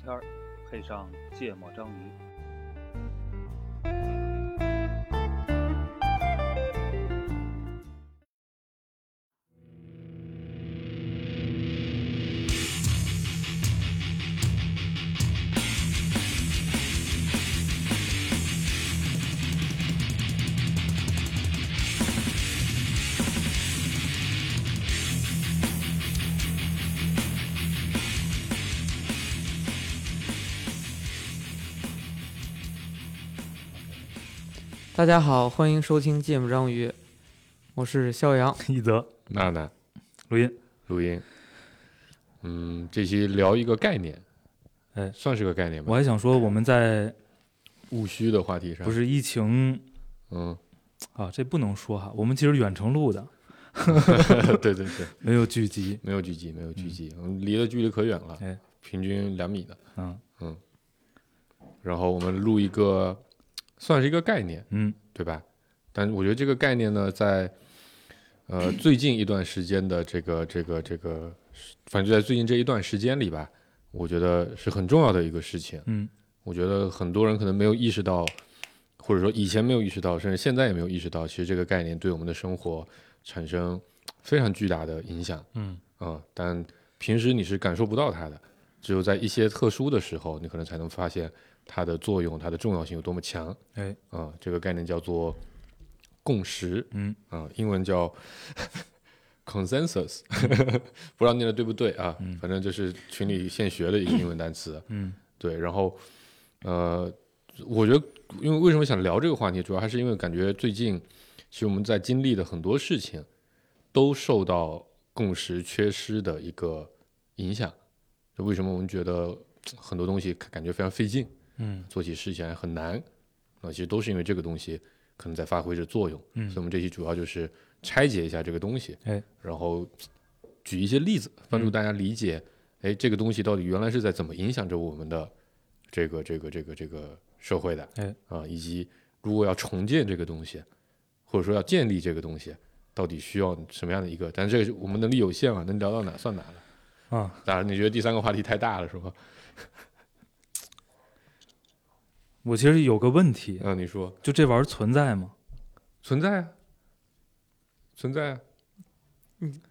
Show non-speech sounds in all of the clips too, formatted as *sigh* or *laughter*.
片儿，配上芥末章鱼。大家好，欢迎收听《芥末章鱼》，我是肖阳。 *laughs* 一则娜娜录音，录音。嗯，这期聊一个概念，哎算是个概念我吧。还想说我们在务虚的话题上，不是疫情 *laughs* 嗯，啊，这不能说哈，我们其实远程录的，对对对，没有聚集，没有聚集，没有聚集，嗯离的距离可远了，哎平均两米的。嗯然后我们录一个，算是一个概念，嗯对吧？但我觉得这个概念呢，在 *clears throat* 呃最近一段时间的这个这个这个，反正就在最近这一段时间里吧，我觉得是很重要的一个事情。嗯我觉得很多人可能没有意识到，或者说以前没有意识到，甚至现在也没有意识到，其实这个概念对我们的生活产生非常巨大的影响嗯啊、但平时你是感受不到它的，只有在一些特殊的时候，你可能才能发现它的作用、它的重要性有多么强啊、哎这个概念叫做共识嗯啊、英文叫 *laughs* consensus，不知道念的对不对啊？反正就是群里现学的一个英文单词。啊嗯，对。然后，呃，我觉得，因为为什么想聊这个话题，主要还是因为感觉最近，其实我们在经历的很多事情，都受到共识缺失的一个影响。就为什么我们觉得很多东西感觉非常费劲，嗯，做起事情来很难，那其实都是因为这个东西可能在发挥着作用。嗯所以我们这期主要就是拆解一下这个东西，哎，嗯然后举一些例子，帮助大家理解，哎、这个东西到底原来是在怎么影响着我们的这个这个这个这个社会的，哎啊，以及如果要重建这个东西，或者说要建立这个东西，到底需要什么样的一个？但这个是我们能力有限嘛，能聊到哪算哪了。啊，当然，你觉得第三个话题太大了是吧？我其实有个问题，啊，你说就这玩意儿存在吗？存在啊，存在啊，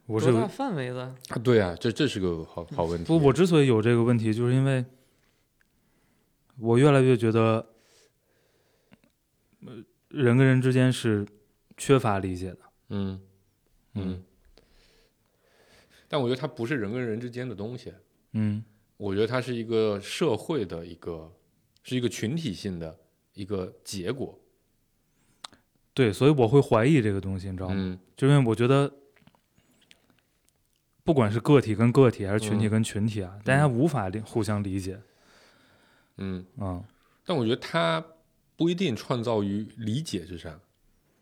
我是多大有范围的？啊对啊，这这是个好好问题。不，我之所以有这个问题，就是因为我越来越觉得，呃，人跟人之间是缺乏理解的，嗯，嗯，但我觉得它不是人跟人之间的东西，嗯我觉得它是一个社会的一个，是一个群体性的一个结果。对，所以我会怀疑这个东西，你知道吗？嗯就因为我觉得，不管是个体跟个体，还是群体嗯跟群体啊，大家无法理互相理解嗯，啊、但我觉得它不一定创造于理解之上，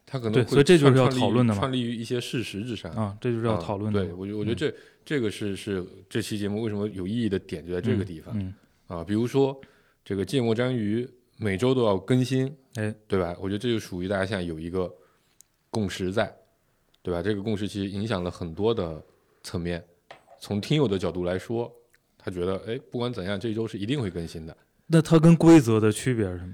它可能对会所以这就是创要立于讨论的嘛创立于一些事实之上。啊，这就是要啊讨论的、嗯对，我觉得我觉得这、这个是是这期节目为什么有意义的点就在这个地方。嗯啊，比如说这个芥末章鱼每周都要更新，哎，对吧？我觉得这就属于大家现在有一个共识在，对吧？这个共识其实影响了很多的层面。从听友的角度来说，他觉得，哎，不管怎样，这一周是一定会更新的。那它跟规则的区别是什么？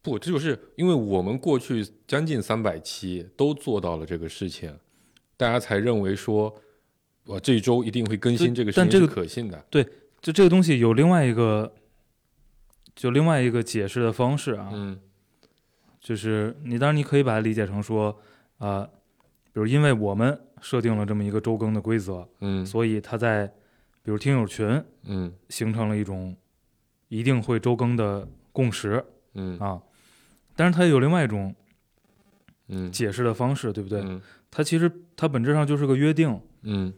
不，这就是因为我们过去将近三百期都做到了这个事情，大家才认为说，我这一周一定会更新对这个事但情这是个可信的。就这个东西有另外一个，就另外一个解释的方式啊，嗯就是你当然你可以把它理解成说，啊、比如因为我们设定了这么一个周更的规则，嗯所以它在比如听友群嗯形成了一种一定会周更的共识嗯啊。但是它有另外一种嗯，解释的方式，对不对？嗯它其实它本质上就是个约定，嗯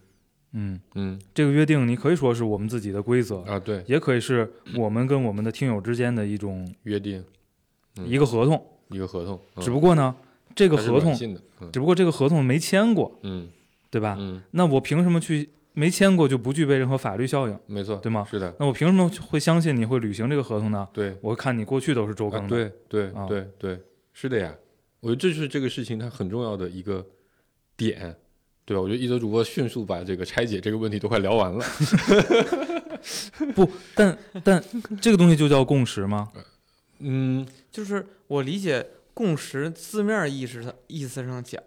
嗯，嗯这个约定你可以说是我们自己的规则，啊，对，也可以是我们跟我们的听友之间的一种约定嗯一个合同。一个合同，嗯只不过呢，这个它是合同软，性的，嗯只不过这个合同没签过，嗯对吧？嗯，那我凭什么去没签过就不具备任何法律效应？没错，对吗是的，那我凭什么会相信你会履行这个合同呢？对，我看你过去都是周啊，更的，对对啊对对，是的呀，我觉得这是这个事情它很重要的一个点，对吧？我觉得一则主播迅速把这个拆解这个问题都快聊完了，不，但但这个东西就叫共识吗？嗯，就是我理解共识字面意思上意思上讲，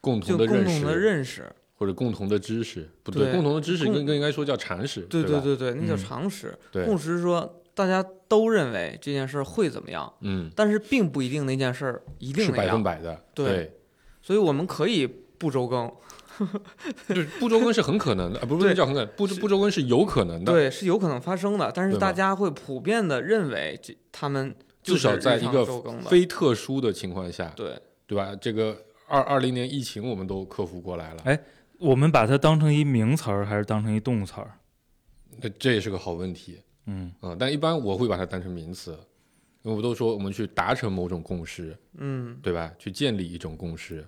共就同的共认同识的认识，或者共同的知识，不对共同的知识共更更应该说叫常识，对对吧对对，那叫嗯常识。对共识是说大家都认为这件事儿会怎么样，嗯，但是并不一定那件事儿一定是那百分样，百的，对所以我们可以不周更，对，就是不周更是很可能的，啊，不是对叫很可能，不不周更是有可能的，，对，是有可能发生的。但是对吧大家会普遍的认为这他们就至少是在日一常个周更的，非特殊的情况下，对对吧？这个二二零年疫情我们都克服过来了哎，我们把它当成一名词儿，还是当成一动词儿？那这也是个好问题嗯，啊、但一般我会把它当成名词，因为我都说我们去达成某种共识，嗯，对吧？去建立一种共识，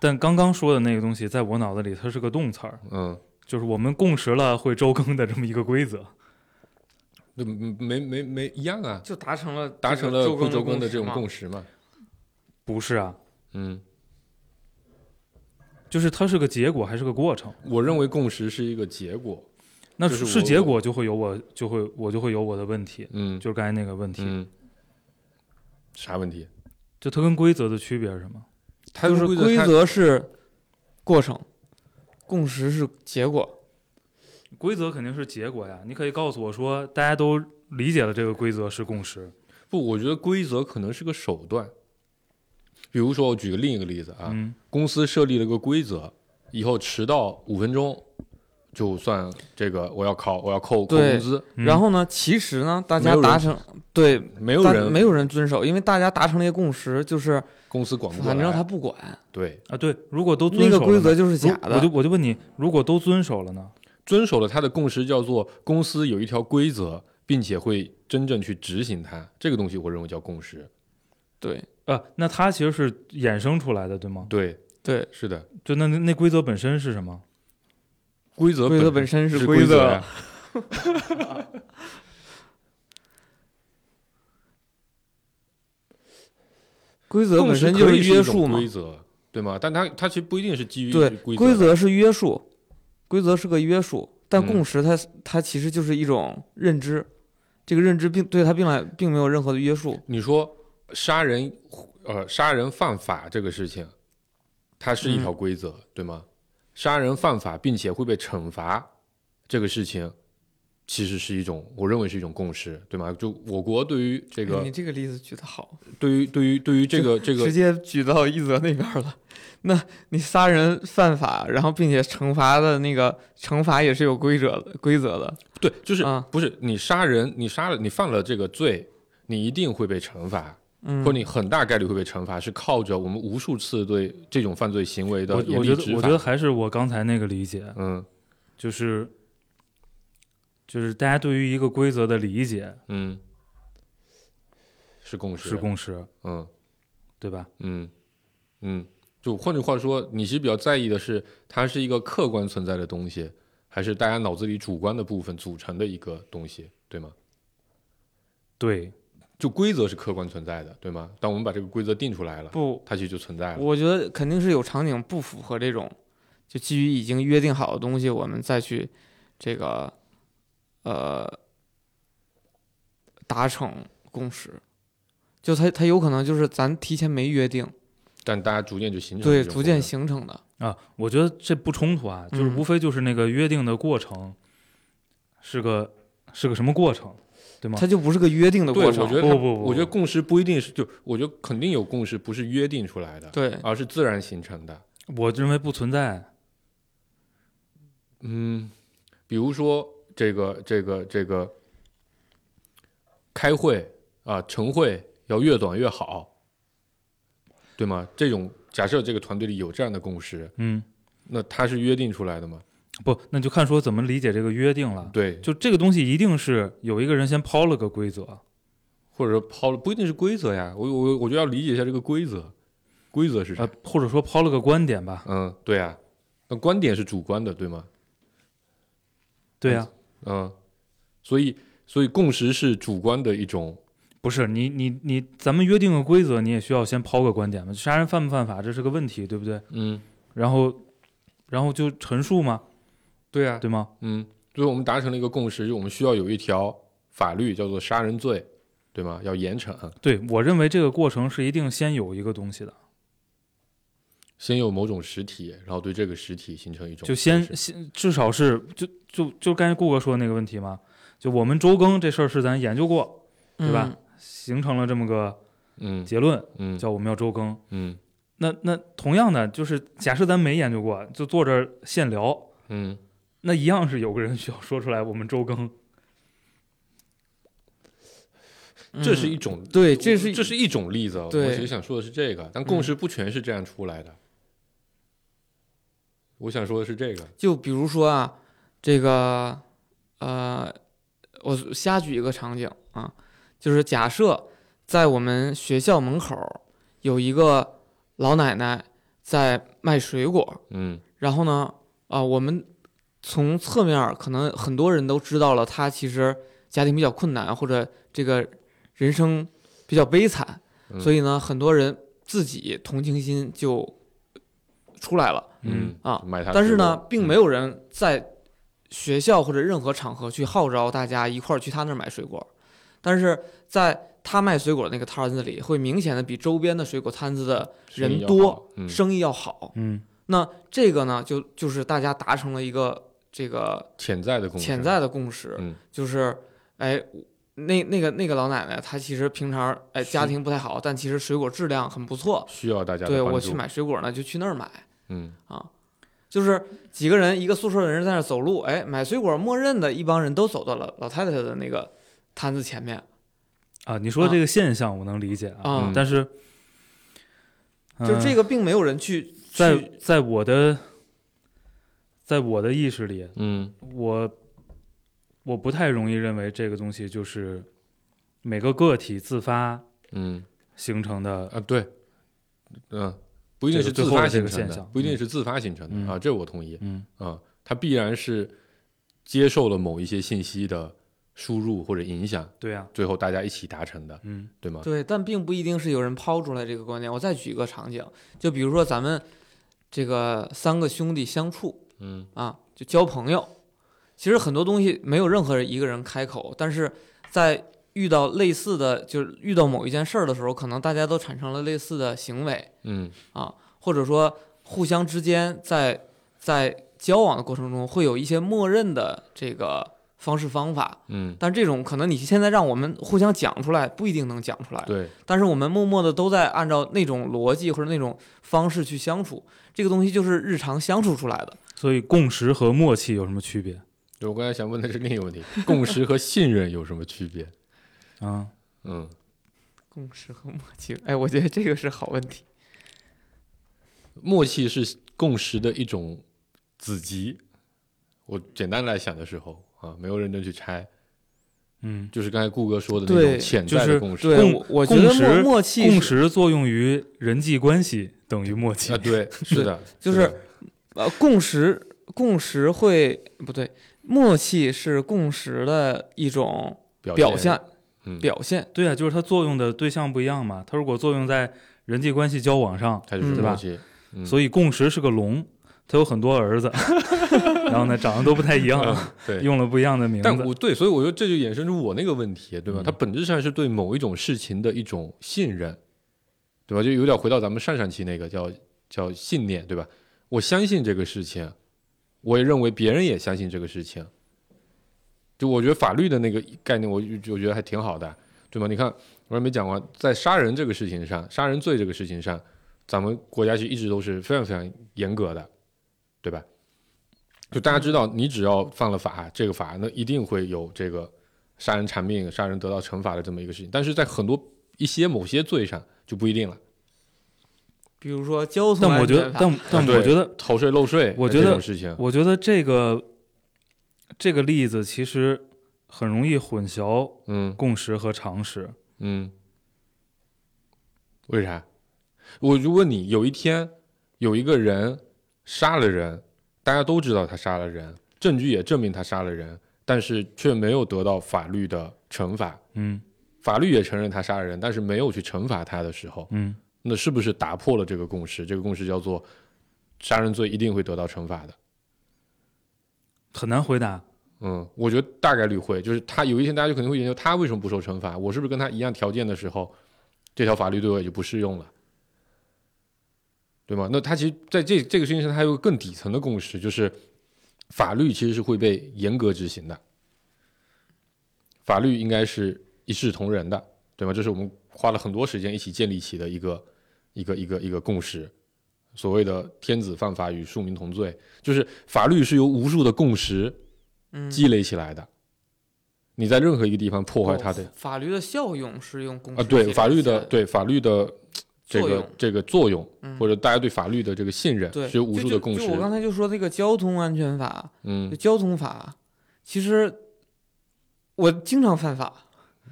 但刚刚说的那个东西，在我脑子里它是个动词儿，嗯，就是我们共识了会周更的这么一个规则。那没没没一样啊，就达成了达这个成了周不周更更的这种共识嘛共识嘛，不是啊，嗯，就是它是个结果还是个过程？我认为共识是一个结果，那就是是我结果就会有我就会我就会有我的问题，嗯，就是刚才那个问题，嗯，啥问题？就它跟规则的区别是什么？它就是规规它则是过程，共识是结果。规则肯定是结果呀，你可以告诉我说大家都理解了这个规则是共识，不，我觉得规则可能是个手段。比如说，我举个另一个例子啊，嗯，公司设立了个规则，以后迟到五分钟就算这个我要考，我要扣扣对工资，嗯然后呢，其实呢，大没家有人达成对没有大人没有人遵守，因为大家达成了一个共识，就是公司管不过反来正他不管，对啊对，如果都遵那守个了规呢则就是假如我就的。我就问你，如果都遵守了呢？遵守了他的共识，叫做公司有一条规则，并且会真正去执行它，这个东西我认为叫共识。对啊，那它其实是衍生出来的，对吗？对，对，是的，就那那那规则本身是什么？规则规则本身是是规则呀呀，规则共本识身就可是以是一约种束嘛规。则，对吗？但它它其实不一定是基于对，规规则的，则是约束，规则是个约束，但嗯共识它、它其实就是一种认知，这个认知并对它并来并没有任何的约束。你说杀人，呃，杀人犯法这个事情，它是嗯一条规则，对吗？杀人犯法并且会被惩罚，这个事情其实是一种，我认为是一种共识，对吗？就我国对于这个你，这个例子举得好，对于对于对于这个这个直接举到一泽那边儿了。那你杀人犯法，然后并且惩罚的那个惩罚也是有规则的规则的，对，就是、啊不是你杀人，你杀了你犯了这个罪，你一定会被惩罚，嗯或，者你很大概率会被惩罚，是靠着我们无数次对这种犯罪行为的我严我厉觉执得法。我觉得还是我刚才那个理解，嗯就是就是大家对于一个规则的理解嗯，是共识，是共识，嗯对吧？嗯嗯，就换句话说，你其实比较在意的是它是一个客观存在的东西，还是大家脑子里主观的部分组成的一个东西，对吗？对，就规则是客观存在的，对吗？当我们把这个规则定出来了，不，它其实就存在了。我觉得肯定是有场景不符合这种，就基于已经约定好的东西，我们再去这个呃达成共识。就它它有可能就是咱提前没约定，但大家逐渐就形成了对，这种逐共渐识形成的。啊，我觉得这不冲突啊，就是嗯无非就是那个约定的过程，是个是个什么过程，对吗它？就不是个约定的对，过我程觉。得不它不不我觉得不共识不一定是就，我觉得肯定有共识，不是约定出来的，对，而是自然形成的。我认为不存在。嗯，比如说这个这个这个开会啊、晨会要越短越好，对吗？这种假设这个团队里有这样的共识，嗯，那它是约定出来的吗？不，那就看说怎么理解这个约定了。对，就这个东西一定是有一个人先抛了个规则，或者说抛了不一定是规则呀，我我我就要理解一下这个规则，规则是啥？呃，或者说抛了个观点吧。嗯，对呀、那观点是主观的，对吗？对呀、嗯，所以所以共识是主观的一种，不是你你你，咱们约定个规则，你也需要先抛个观点嘛。杀人犯不犯法，这是个问题，对不对？嗯，然后，然后就陈述嘛，对啊，对吗？嗯，最后我们达成了一个共识，就是我们需要有一条法律叫做杀人罪，对吗？要严惩，对我认为这个过程是一定先有一个东西的，先有某种实体，然后对这个实体形成一种就先控制先至少是就就就刚才顾哥说的那个问题嘛，就我们周更这事儿是咱研究过，对吧？形成了这么个嗯结论，嗯叫我们要周更。嗯那那同样的，就是假设咱没研究过，就坐这儿现聊，嗯，那一样是有个人需要说出来我们周更。嗯？这是嗯一种对，这是这是一种例子。我对嗯其实想说的是这个，但共识不全是这样出来的。我想说的是这个，就比如说啊，这个呃，我瞎举一个场景啊，就是假设在我们学校门口儿有一个老奶奶在卖水果，嗯然后呢，啊、我们从侧面儿可能很多人都知道了，她其实家庭比较困难，或者这个人生比较悲惨，嗯所以呢，很多人自己同情心就出来了。嗯啊，买它但水是果呢，并没有人在学校或者任何场合去号召大家一块儿去他那儿买水果，但是在他卖水果的那个摊子里，会明显的比周边的水果摊子的嗯生意人要多，好嗯，生意要好。嗯，那这个呢，就就是大家达成了一个这个潜在的共识潜在的共识，嗯就是哎。那那个那个老奶奶，她其实平常哎是家庭不太好，但其实水果质量很不错。需要大家的对帮我助去，买水果呢，就去那儿买。嗯就是几个人，一个宿舍的人在那儿走路，哎，买水果，默认的一帮人都走到了老太太的那个摊子前面，啊，你说这个现象我能理解啊，啊嗯但是、呃就这个并没有人去在去，在我的在我的意识里，嗯我我不太容易认为这个东西就是每个个体自发嗯形成的。啊，对，嗯，不一定这是个最自后发的这形个成现的象，不一定嗯是自发形成嗯的啊，这我同意嗯啊，它必然是接受了某一些信息的输入或者影响，对呀、最后大家一起达成的，嗯对吗？对，但并不一定是有人抛出来这个观点。我再举一个场景，就比如说咱们这个三个兄弟相处嗯啊，就交朋友，其实很多东西没有任何一个人开口，但是在遇到类似的，就是遇到某一件事儿的时候，可能大家都产生了类似的行为，嗯或者说互相之间在在交往的过程中会有一些默认的这个方式方法，嗯，但这种可能你现在让我们互相讲出来，不一定能讲哎出来。对，但是我们默默的都在按照那种逻辑或者那种方式去相处，这个东西就是日常相处出来的。所以共识和默契有什么区别对我刚才想问的是另一个问题，共识和信任有什么区别？啊？嗯，共识和默契，哎，我觉得这个是好问题。默契是共识的一种子集，我简单来想的时候啊，没有认真去拆，嗯，就是刚才顾哥说的那对种潜就在是的共识。对，我我觉得共识默默契是共识作用于人际关系等于默契呃啊，。对，是的，就是的呃，共识共识会不对，默契是共识的一种表表现现，嗯表现。对啊，就是它作用的对象不一样嘛。它如果作用在人际关系交往上，它就是嗯默契，嗯所以共识是个龙，它有很多儿 *laughs* 子，然后呢长得都不太一样，嗯对。用了不一样的名但字。我对，所以我就这就衍生出我那个问题，对吧？嗯它本质上是对某一种事情的一种信任，对吧？就有点回到咱们上上期那个叫叫信念，对吧？我相信这个事情，我也认为别人也相信这个事情。就我觉得法律的那个概念，我就我觉得还挺好的，对吧？你看我也没讲过，在杀人这个事情上，杀人罪这个事情上，咱们国家是一直都是非常非常严格的，对吧？就大家知道，你只要犯了法，这个法那一定会有这个杀人偿命、杀人得到惩罚的这么一个事情。但是在很多一些某些罪上就不一定了，比如说交通但安我觉全得，法，但但啊对我觉得，逃税漏税，我觉得这种事情，我觉得这个这个例子其实很容易混淆嗯共识和常识。嗯，为啥？我就问你，有一天有一个人杀了人，大家都知道他杀了人，证据也证明他杀了人，但是却没有得到法律的惩罚，嗯法律也承认他杀了人，但是没有去惩罚他的时候，嗯，那是不是打破了这个共识？这个共识叫做杀人罪一定会得到惩罚的。很难回答。嗯，我觉得大概率会，就是他有一天大家就肯定会研究他为什么不受惩罚，我是不是跟他一样条件的时候，这条法律对我也就不适用了，对吗？那他其实在这这个事情上，他有个更底层的共识，就是法律其实是会被严格执行的，法律应该是一视同仁的，对吗？这是我们花了很多时间一起建立起的一个一个一个一个共识。所谓的天子犯法与庶民同罪，就是法律是由无数的共识嗯，积累起来的。你在任何一个地方破坏它的法律的效用是用公啊，式对计法律算的出来对法律的这作个用这个作用，嗯或者大家对法律的这个信任，对，是有无就数的就共识就。我刚才就说那个交通安全法，嗯就交通法，其实我经常犯法，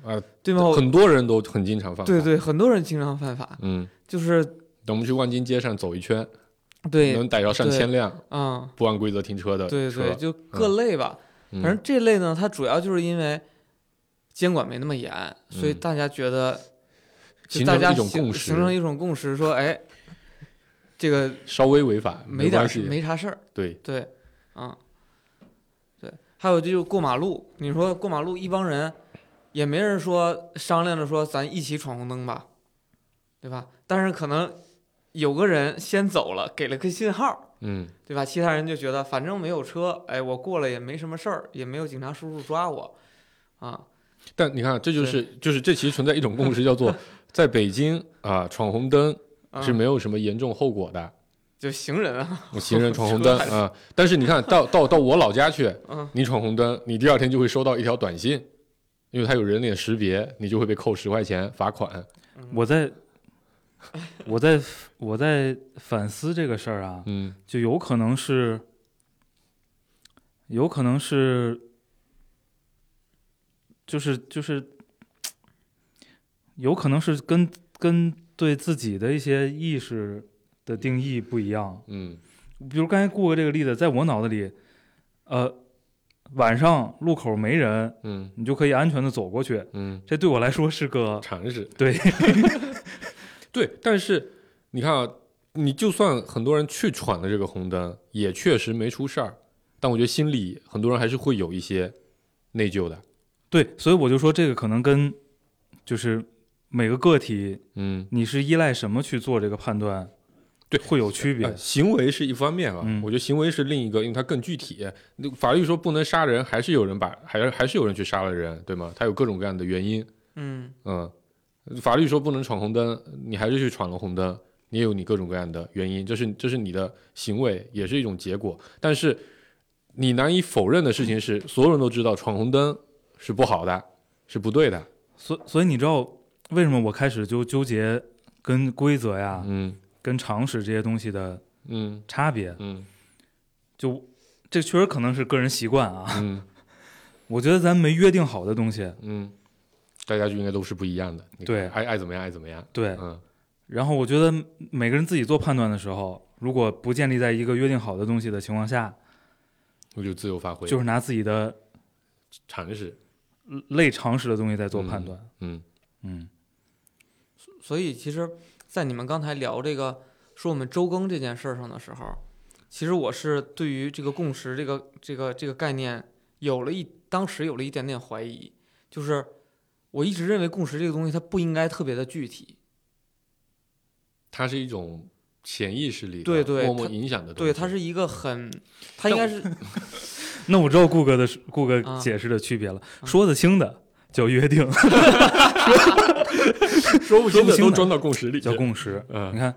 啊，对吗？很多人都很经常犯法。对，对，很多人经常犯法，嗯，就是等我们去万金街上走一圈，对，能逮着上对千辆嗯，不按规则停车的对车对，。就各类吧。嗯反正这类呢，它主要就是因为监管没那么严，所以嗯大家觉得就形大成家一种形共形成识，一种共识，说哎，这个稍微违法没点关儿系。没啥事儿，对，对，嗯，对。还有就是过马路，你说过马路一帮人，也没人说商量着说咱一起闯红灯吧，对吧？但是可能有个人先走了，给了个信号，嗯对吧？其他人就觉得反正没有车，哎，我过了也没什么事儿，也没有警察叔叔抓我，啊，但你看，这就是就是这其实存在一种共识，叫 *laughs* 做在北京啊闯红灯嗯、是没有什么严重后果的，就行人啊，行人闯红灯出来啊、但是你看到到到我老家去，嗯你闯红灯，你第二天就会收到一条短信，因为它有人脸识别，你就会被扣十块钱罚款。我在，我在，我在反思这个事儿啊，嗯就有可能是，有可能是，就是就是，有可能是跟跟对自己的一些意识的定义不一样。嗯比如刚才顾哥这个例子，在我脑子里，呃，晚上路口没人，嗯你就可以安全的走过去，嗯，这对我来说是个 *laughs* 常识。对，对，但是你看啊，你就算很多人去闯了这个红灯，也确实没出事儿，但我觉得心里很多人还是会有一些内疚的。对，所以我就说这个可能跟就是每个个体嗯，你是依赖什么去做这个判断，对会有区别呃。行为是一方面啊，嗯我觉得行为是另一个，因为它更具体。那法律说不能杀人，还是有人把，还还是有人去杀了人，对吗？他有各种各样的原因。嗯，嗯，法律说不能闯红灯，你还是去闯了红灯，你也有你各种各样的原因，这是这是你的行为，也是一种结果。但是你难以否认的事情嗯是，所有人都知道闯红灯是不好的，是不对的。所所以你知道为什么我开始就纠结跟规则呀、嗯跟常识这些东西的嗯差别？嗯就这确实可能是个人习惯啊。嗯我觉得咱没约定好的东西，嗯，大家就应该都是不一样的。你看对爱爱怎么样爱怎么样。对。嗯然后我觉得每个人自己做判断的时候，如果不建立在一个约定好的东西的情况下，我就自由发挥，就是是拿自己的常识。类常识的东西在做判断。嗯嗯所以其实，在你们刚才聊这个说我们周更这件事儿上的时候，其实我是对于这个共识这个这个这个概念有了一当时有了一点点怀疑，就是我一直认为共识这个东西它不应该特别的具体，它是一种潜意识里的对对默默它影响的东对，西。它是一个很，它应该是那我知道顾哥的顾哥啊解释的区别了，啊说得清的叫约定， *laughs* 说不说不的清都的装到共识里去叫。共识。啊嗯你看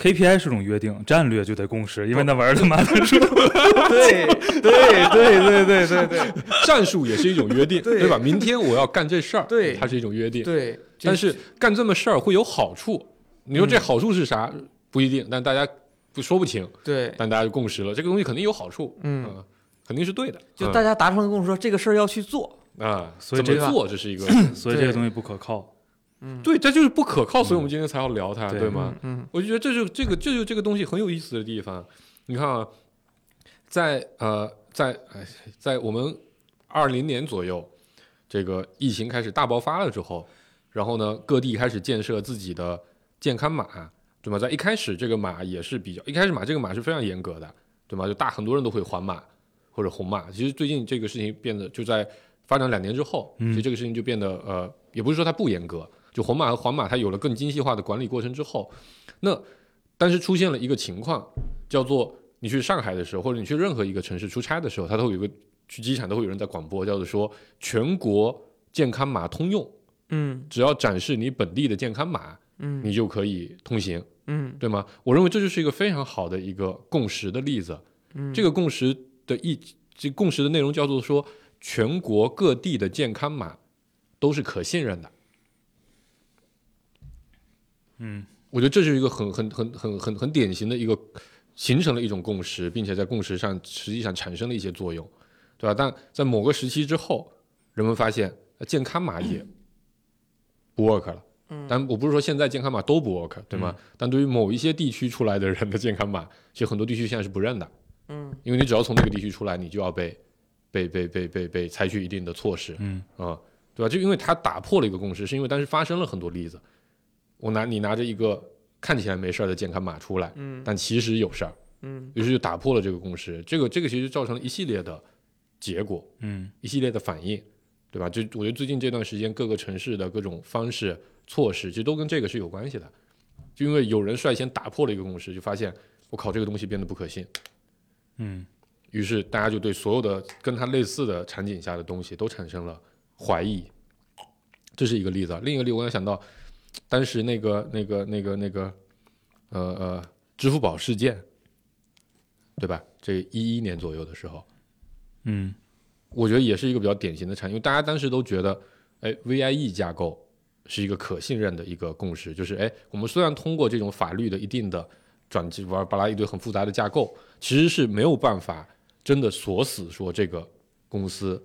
KPI 是种约定，战略就得共识，因为那玩意儿他妈的 *laughs* 是对对对对对对对战术也是一种约 *laughs* 定，对吧？明天我要干这事儿，对它是一种约定。对，但是干这么事儿会有好处，你嗯说这好处是啥？不一定，但大家不说不清，对，但大家就共识了，这个东西肯定有好处，嗯，肯定是对的。就大家达成了共识，说这个事儿要去做。嗯啊，所以怎这么个做这是一个 *laughs* 所以这个东西不可靠。嗯，对，这就是不可靠，所以我们今天才要聊它，对对吗？嗯我就觉得这就这个这就这个东西很有意思的地方。你看啊，在呃在哎在我们二零年左右，这个疫情开始大爆发了之后，然后呢，各地开始建设自己的健康码，对吗？在一开始这个码也是比较，一开始码这个码是非常严格的，对吗？就大很多人都会还码，或者红骂。其实最近这个事情变得就在发展两年之后，嗯其实这个事情就变得呃，也不是说它不严格，就红码和黄码它有了更精细化的管理过程之后，那但是出现了一个情况，叫做你去上海的时候，或者你去任何一个城市出差的时候，它都会有一个去机场都会有人在广播，叫做说全国健康码通用，嗯只要展示你本地的健康码，嗯你就可以通行。嗯对吗？我认为这就是一个非常好的一个共识的例子。嗯，这个共识的一这共识的内容叫做说，全国各地的健康码都是可信任的。嗯，我觉得这是一个很很很很很很典型的一个形成了一种共识，并且在共识上实际上产生了一些作用，对吧？但在某个时期之后，人们发现呃健康码也不 work 嗯了。但我不是说现在健康码都不 work，对吗？但对于某一些地区出来的人的健康码，其实很多地区现在是不认的。嗯，因为你只要从那个地区出来，你就要被被被被被被采取一定的措施。嗯啊、对吧？就因为它打破了一个共识，是因为当时发生了很多例子。我拿你拿着一个看起来没事儿的健康码出来，嗯但其实有事儿，嗯于是就打破了这个共识。这个这个其实造成了一系列的结果。嗯一系列的反应，对吧？就我觉得最近这段时间各个城市的各种方式措施，其实都跟这个是有关系的。就因为有人率先打破了一个共识，就发现我靠，这个东西变得不可信，嗯于是大家就对所有的跟它类似的场景下的东西都产生了怀疑。这是一个例子啊，另一个例子我想想到，当时那个那个那个那个，呃呃，支付宝事件，对吧？这一一年左右的时候，嗯我觉得也是一个比较典型的产业，因为大家当时都觉得，哎，VIE 架构是一个可信任的一个共识，就是哎，我们虽然通过这种法律的一定的转机玩巴拉一堆很复杂的架构，其实是没有办法真的锁死说这个公司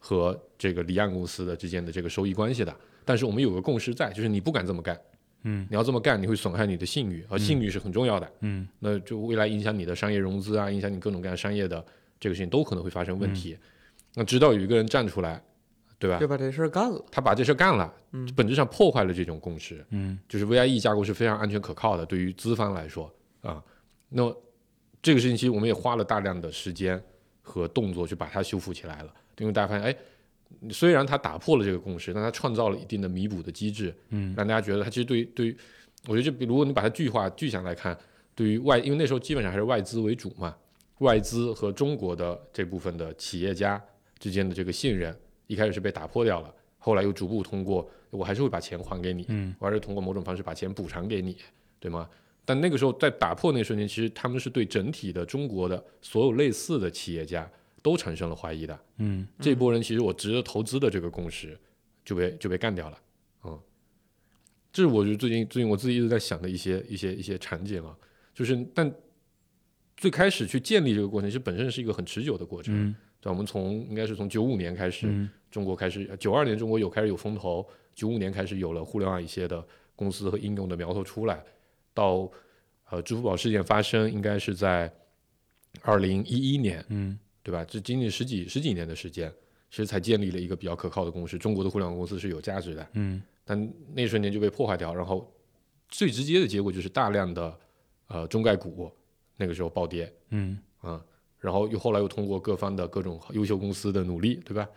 和这个离岸公司的之间的这个收益关系的。但是我们有个共识在，就是你不敢这么干，嗯你要这么干，你会损害你的信誉，而信誉是很重要的。嗯那就未来影响你的商业融资啊，影响你各种各样商业的这个事情都可能会发生问题。嗯那直到有一个人站出来，对吧？就把这事儿干了。他把这事儿干了，嗯本质上破坏了这种共识，嗯就是 VIE 架构是非常安全可靠的，对于资方来说啊、那这个事情其实我们也花了大量的时间和动作去把它修复起来了，因为大家发现，哎，虽然它打破了这个共识，但它创造了一定的弥补的机制，嗯让大家觉得它其实对于对于，我觉得这如果你把它具化具象来看，对于外，因为那时候基本上还是外资为主嘛，外资和中国的这部分的企业家之间的这个信任，一开始是被打破掉了，后来又逐步通过，我还是会把钱还给你，嗯我还是通过某种方式把钱补偿给你，对吗？但那个时候在打破那瞬间，其实他们是对整体的中国的所有类似的企业家都产生了怀疑的，嗯这波人其实我值得投资的这个共识就被就被干掉了，嗯，这是我觉得最近最近我自己一直在想的一些一些一些场景啊，就是但最开始去建立这个过程，其实本身是一个很持久的过程，嗯对吧，我们从应该是从九五年开始，嗯中国开始九二年中国有开始有风投，九五年开始有了互联网一些的公司和应用的苗头出来，到呃支付宝事件发生，应该是在二零一一年。嗯对吧？这仅仅十几十几年的时间，其实才建立了一个比较可靠的共识。中国的互联网公司是有价值的，嗯但那一瞬间就被破坏掉。然后最直接的结果就是大量的呃中概股那个时候暴跌嗯啊、然后又后来又通过各方的各种优秀公司的努力，对吧？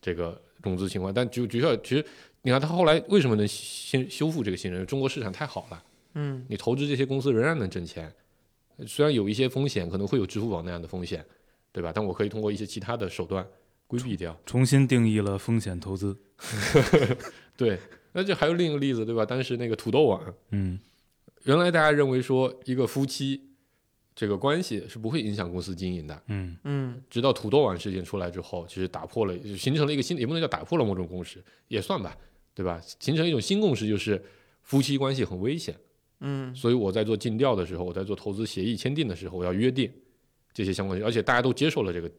这个融资情况，但就学校其实你看他后来为什么能先修复这个信任？中国市场太好了，嗯你投资这些公司仍然能挣钱，呃虽然有一些风险，可能会有支付宝那样的风险，对吧？但我可以通过一些其他的手段规避掉。重新定义了风险投资。对，那就还有另一个例子，对吧？当时那个土豆网，嗯原来大家认为说一个夫妻这个关系是不会影响公司经营的，嗯嗯直到土豆网事件出来之后，其实打破了，就形成了一个新，也不能叫打破了某种共识，也算吧，对吧？形成一种新共识，就是夫妻关系很危险。嗯所以我在做尽调的时候，我在做投资协议签订的时候，我要约定这些相关的，而且大家都接受了这个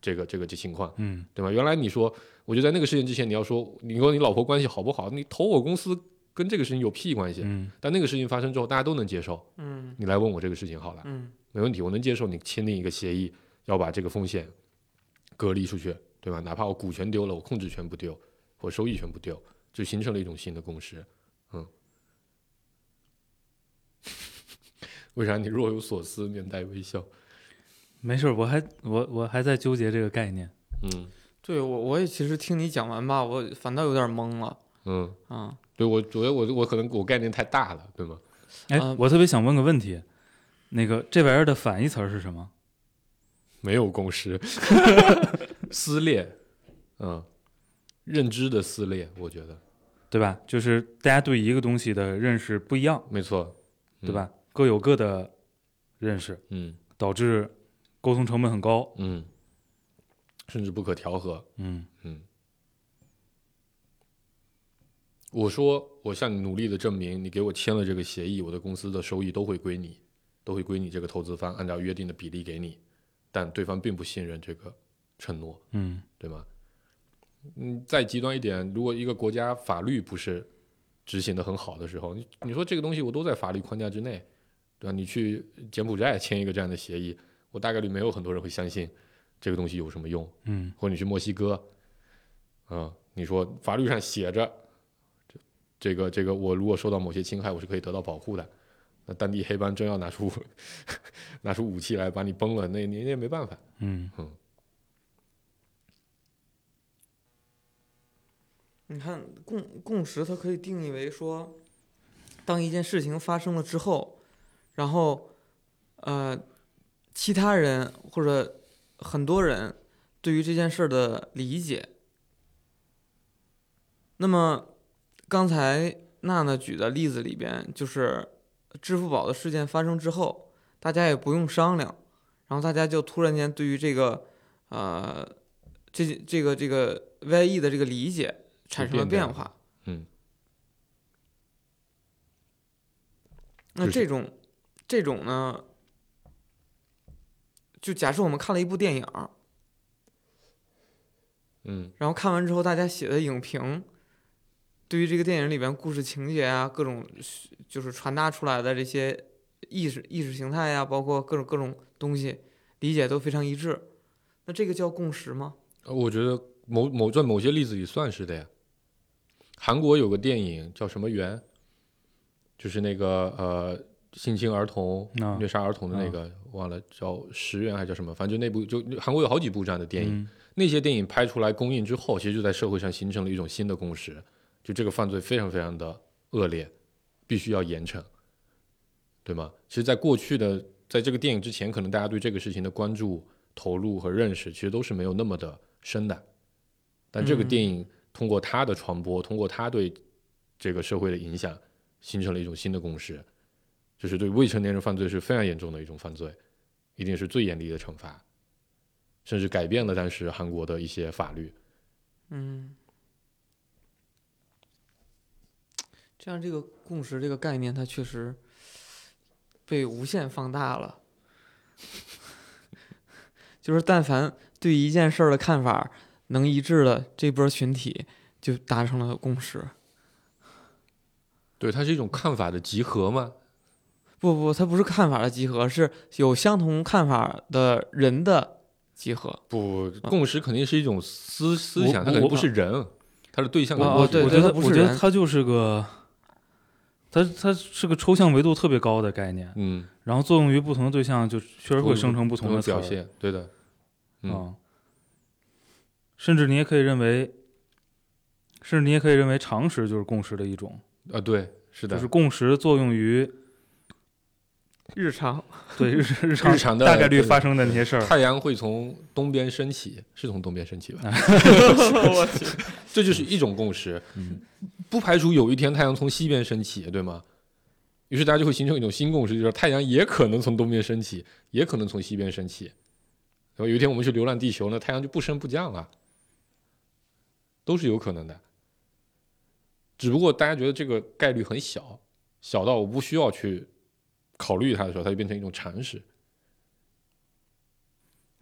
这个这个这情况，嗯对吧？原来你说，我就在那个事件之前，你要说你跟你老婆关系好不好，你投我公司跟这个事情有屁关系。嗯但那个事情发生之后，大家都能接受，嗯你来问我这个事情好了，嗯没问题，我能接受你签订一个协议，要把这个风险隔离出去，对吧？哪怕我股权丢了，我控制权不丢，我收益权不丢，就形成了一种新的共识。嗯， *laughs* 为啥你若有所思，面带微笑？没事儿，我还我我还在纠结这个概念。嗯对我我也其实听你讲完吧，我反倒有点懵了嗯，啊。对我我我我可能我概念太大了，对吗？哎，啊我特别想问个问题，那个这玩意儿的反义词儿是什么？没有共识， *laughs* 撕裂，嗯，认知的撕裂，我觉得对吧？就是大家对一个东西的认识不一样，没错，嗯对吧？各有各的认识，嗯导致沟通成本很高。嗯，甚至不可调和，嗯嗯，我说我向你努力的证明，你给我签了这个协议，我的公司的收益都会归你，都会归你这个投资方按照约定的比例给你，但对方并不信任这个承诺，嗯对吗？嗯，再极端一点，如果一个国家法律不是执行的很好的时候，你你说这个东西我都在法律框架之内，对吧？你去柬埔寨签一个这样的协议，我大概率没有很多人会相信这个东西有什么用。嗯或者你去墨西哥，啊、你说法律上写着，这这个这个，我如果受到某些侵害，我是可以得到保护的。那当地黑帮真要拿出 *laughs* 拿出武器来把你崩了，那你也没办法。嗯你看共共识，它可以定义为说，当一件事情发生了之后，然后呃，其他人或者很多人对于这件事儿的理解。那么刚才娜娜举的例子里边，就是支付宝的事件发生之后，大家也不用商量，然后大家就突然间对于这个呃这这个这个 YE 的这个理解产生了变变掉化。嗯。那就是这种这种呢，就假设我们看了一部电影儿，嗯然后看完之后，大家写的影评，对于这个电影里边故事情节啊，各种就是传达出来的这些意识意识形态呀、包括各种各种东西理解都非常一致。那这个叫共识吗？呃我觉得某某在某些例子里算是的呀。韩国有个电影叫什么园，就是那个呃性侵儿童、啊虐杀儿童的那个，忘了叫十元还是叫什么，反正就那部就韩国有好几部这样的电影。嗯那些电影拍出来公映之后，其实就在社会上形成了一种新的共识，就这个犯罪非常非常的恶劣，必须要严惩，对吗？其实，在过去的在这个电影之前，可能大家对这个事情的关注、投入和认识，其实都是没有那么的深的。但这个嗯电影通过它的传播，通过它对这个社会的影响，形成了一种新的共识，就是对未成年人犯罪是非常严重的一种犯罪，一定是最严厉的惩罚。甚至改变了当时韩国的一些法律。嗯，这样这个共识这个概念，它确实被无限放大了。 *laughs* 就是但凡对一件事儿的看法儿能一致的这波群体，就达成了共识。对，它是一种看法的集合嘛。不不，它不是看法的集合，是有相同看法的人的集合。不，共识肯定是一种思思我想，它我肯定我不是人，它是对象我的哦过我程。对我对觉得它不我是觉得人它就是个，它它是个抽象维度特别高的概念，嗯，然后作用于不同的对象，就确实会生成不不同的词儿表现，对的。嗯啊、甚至你也可以认为，甚至你也可以认为常识就是共识的一种，啊，对，是的，就是共识作用于日 *laughs* 常，对日日常日常的大概率对的发生的那些事儿。太阳会从东边升起，是从东边升起吧？这就是一种共识，嗯不排除有一天太阳从西边升起，对吗？于是大家就会形成一种新共识，就是太阳也可能从东边升起，也可能从西边升起。然后有一天我们去流浪地球呢，太阳就不升不降了，都是有可能的。只不过大家觉得这个概率很小，小到我不需要去考虑它的时候，它就变成一种常识。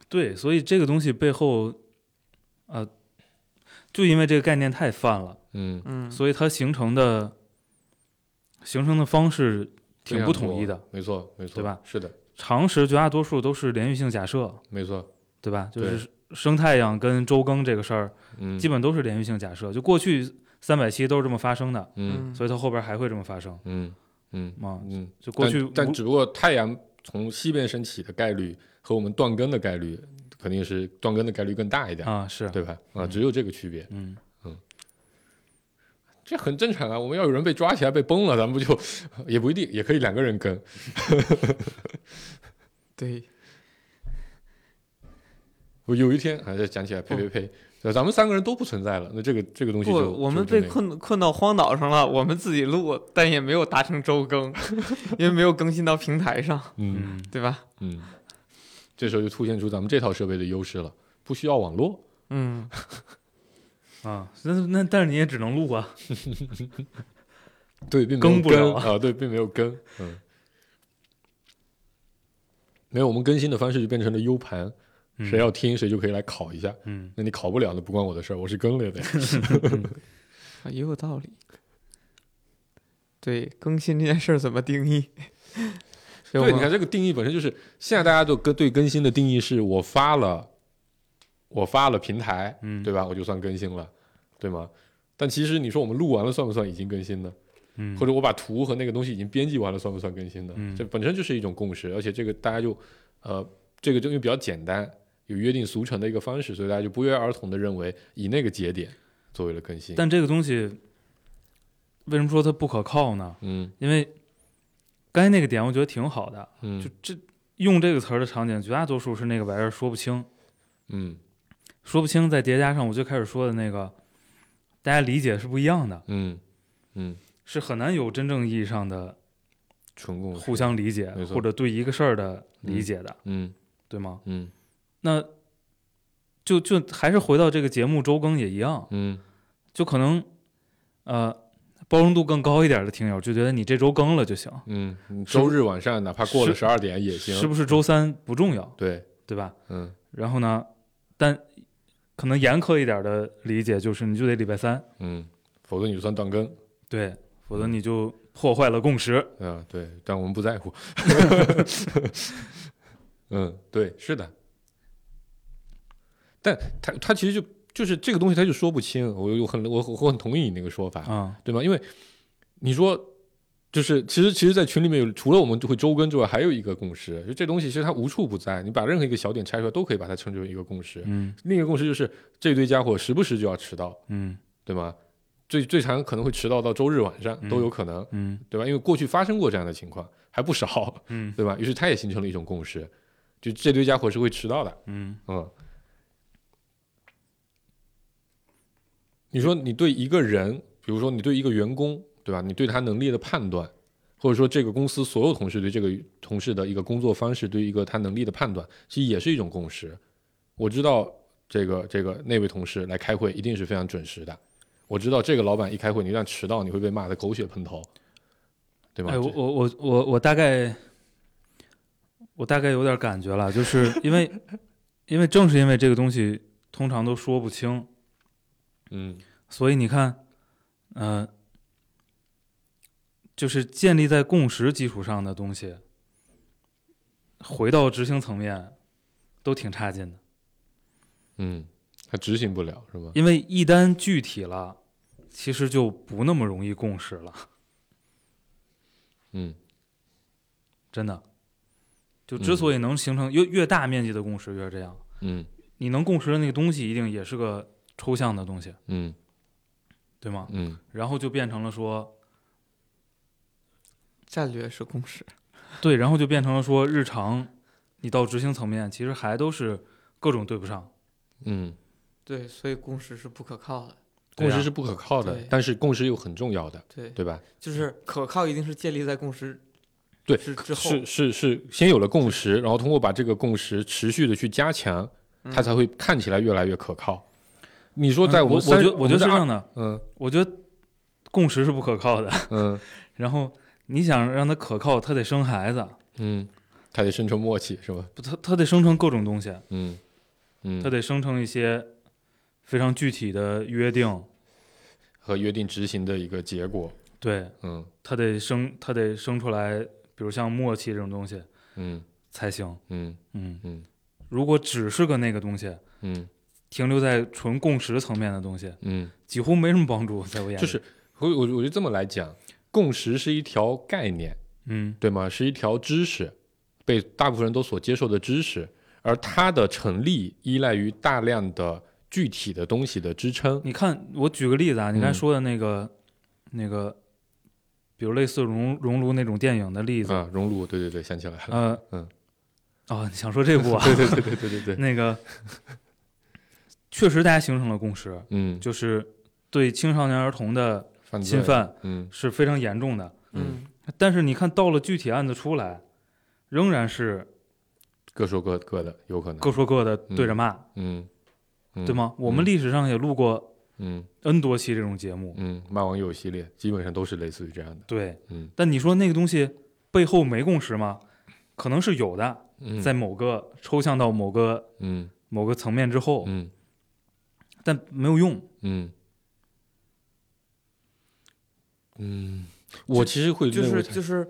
对，所以这个东西背后，呃，就因为这个概念太泛了，嗯，嗯，所以它形成的形成的方式非挺常不统一的。多，没错，没错，对吧？是的，常识绝大多数都是连续性假设，没错。对吧？就对是生太阳跟周更这个事儿，嗯，基本都是连续性假设。就过去三百期都是这么发生的，嗯嗯，所以它后边还会这么发生嗯嗯啊。嗯，就过去但，但无只不过太阳从西边升起的概率和我们断更的概率肯定是断更的概率更大一点，啊，是，对吧？啊，只有这个区别，嗯，这很正常啊。我们要有人被抓起来被崩了，咱们不就 *laughs* 也不一定，也可以两个人跟。对，我有一天啊，这讲起来呸呸呸，对吧咱们三个人都不存在了，那这个这个东西不，就我们就就被那个困困到荒岛上了，我们自己录，但也没有达成周更， *laughs* 因为没有更新到平台上，嗯。嗯，对吧？嗯，这时候就凸显出咱们这套设备的优势了，不需要网络。嗯，啊，那那但是你也只能录啊，对，并没有更不了啊，对，并没有跟，嗯，没有，我们更新的方式就变成了 U 盘，嗯谁要听谁就可以来考一下。嗯，那你考不了，那不关我的事儿，我是跟了的。啊也有道理。对，更新这件事儿怎么定义？所以我对，们你看这个定义本身就是，现在大家都跟对更新的定义是我发了，我发了平台，嗯对吧？我就算更新了，对吗？但其实你说我们录完了算不算已经更新呢？嗯或者我把图和那个东西已经编辑完了算不算更新呢？嗯这本身就是一种共识，而且这个大家就，呃，这个就因为比较简单，有约定俗成的一个方式，所以大家就不约而同的认为以那个节点作为了更新。但这个东西为什么说它不可靠呢？嗯因为刚才那个点我觉得挺好的，嗯就这用这个词儿的场景，绝大多数是那个玩意儿说不清，嗯说不清，再叠加上我最开始说的那个，大家理解是不一样的，嗯嗯，是很难有真正意义上的纯共识互相理解没错或者对一个事儿的理解的，嗯对吗？嗯那就就还是回到这个节目周更也一样，嗯就可能呃包容度更高一点的听友就觉得你这周更了就行，嗯，嗯周日晚上哪怕过了是十二点也行，是不是周三不重要，对，对吧？嗯然后呢，但可能严苛一点的理解就是你就得礼拜三，嗯，否则你就算断更。对，否则你就破坏了共识。啊，对，但我们不在乎。 *laughs* 嗯，对，是的。但他他其实就就是这个东西，他就说不清。我我很我我很同意你那个说法，啊，对吗？因为你说就是其实其实，在群里面有除了我们会周更之外，还有一个共识，就这东西其实它无处不在。你把任何一个小点拆出来，都可以把它称之为一个共识。嗯另一个共识就是这堆家伙时不时就要迟到，嗯对吗？最最长可能会迟到到周日晚上都有可能。嗯对吧？因为过去发生过这样的情况，还不少，嗯对吧？于是他也形成了一种共识，就这堆家伙是会迟到的，嗯嗯。你说你对一个人，比如说你对一个员工，对吧？你对他能力的判断，或者说这个公司所有同事对这个同事的一个工作方式，对一个他能力的判断，其实也是一种共识。我知道这个这个那位同事来开会一定是非常准时的，我知道这个老板一开会你一旦迟到，你会被骂的狗血喷头，对吧？哎，我这我我我我大概我大概有点感觉了，就是因为 *laughs* 因为正是因为这个东西通常都说不清，嗯所以你看，嗯、就是建立在共识基础上的东西，回到执行层面都挺差劲的。嗯，他执行不了是吗？因为一旦具体了，其实就不那么容易共识了，嗯真的。就之所以能形成越越大面积的共识，越是这样。嗯你能共识的那个东西，一定也是个抽象的东西，嗯对吗？嗯，然后就变成了说，战略是共识，对，然后就变成了说，日常你到执行层面，其实还都是各种对不上。嗯，对，所以共识是不可靠的，共对啊识是不可靠的对，但是共识又很重要的，对，对吧？就是可靠一定是建立在共识对之之后，是嗯是是，先有了共识，然后通过把这个共识持续的去加强，嗯它才会看起来越来越可靠。你说，在嗯我我我觉得我觉得是这样让的，嗯我觉得共识是不可靠的。 *laughs* 嗯然后你想让它可靠，它得生孩子，嗯，它得生成默契是吧？不它它得生成各种东西。嗯嗯它，得生成一些非常具体的约定，和约定执行的一个结果，对，嗯它得生，它得生出来，比如像默契这种东西嗯才行。嗯嗯嗯，如果只是个那个东西，嗯停留在纯共识层面的东西，嗯，几乎没什么帮助，在我眼里。就是，我我我就这么来讲，共识是一条概念。嗯对吗？是一条知识，被大部分人都所接受的知识。而它的成立依赖于大量的具体的东西的支撑。你看，我举个例子啊，你刚才嗯说的那个、那个，比如类似熔熔炉那种电影的例子，啊，熔炉，对对对，想起来了，呃，嗯，哦，你想说这部啊？ *laughs* 对对对对对对 *laughs* 对，那个确实大家形成了共识，嗯，就是对青少年儿童的犯罪侵，犯嗯是非常严重的。嗯，但是你看到了具体案子出来，仍然是各说各各的，有可能，各说各的对着骂，嗯，嗯对？吗？我们历史上也录过嗯 N 多期这种节目，嗯，骂网友系列基本上都是类似于这样的，对。嗯但你说那个东西背后没共识吗？可能是有的，嗯，在某个抽象到某个嗯某个层面之后，嗯但没有用。嗯嗯，我其实会就认是为它就是，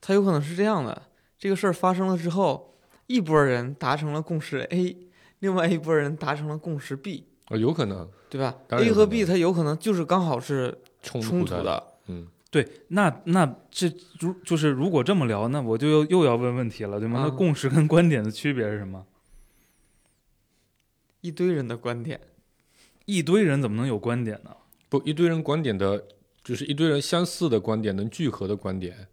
他有可能是这样的：这个事儿发生了之后，一波人达成了共识 A，另外一波人达成了共识 B，呃有可能对吧当然？A 有和可 B 它有可能就是刚好是冲冲突突的，的，嗯对，那那这如就是如果这么聊，那我就又又要问问题了，对吗？啊那嗯共识跟观点的区别是什么？一堆人的观点。一堆人怎么能有观点呢？不一堆人观点的，就是一堆人相似的观点能聚合的观点，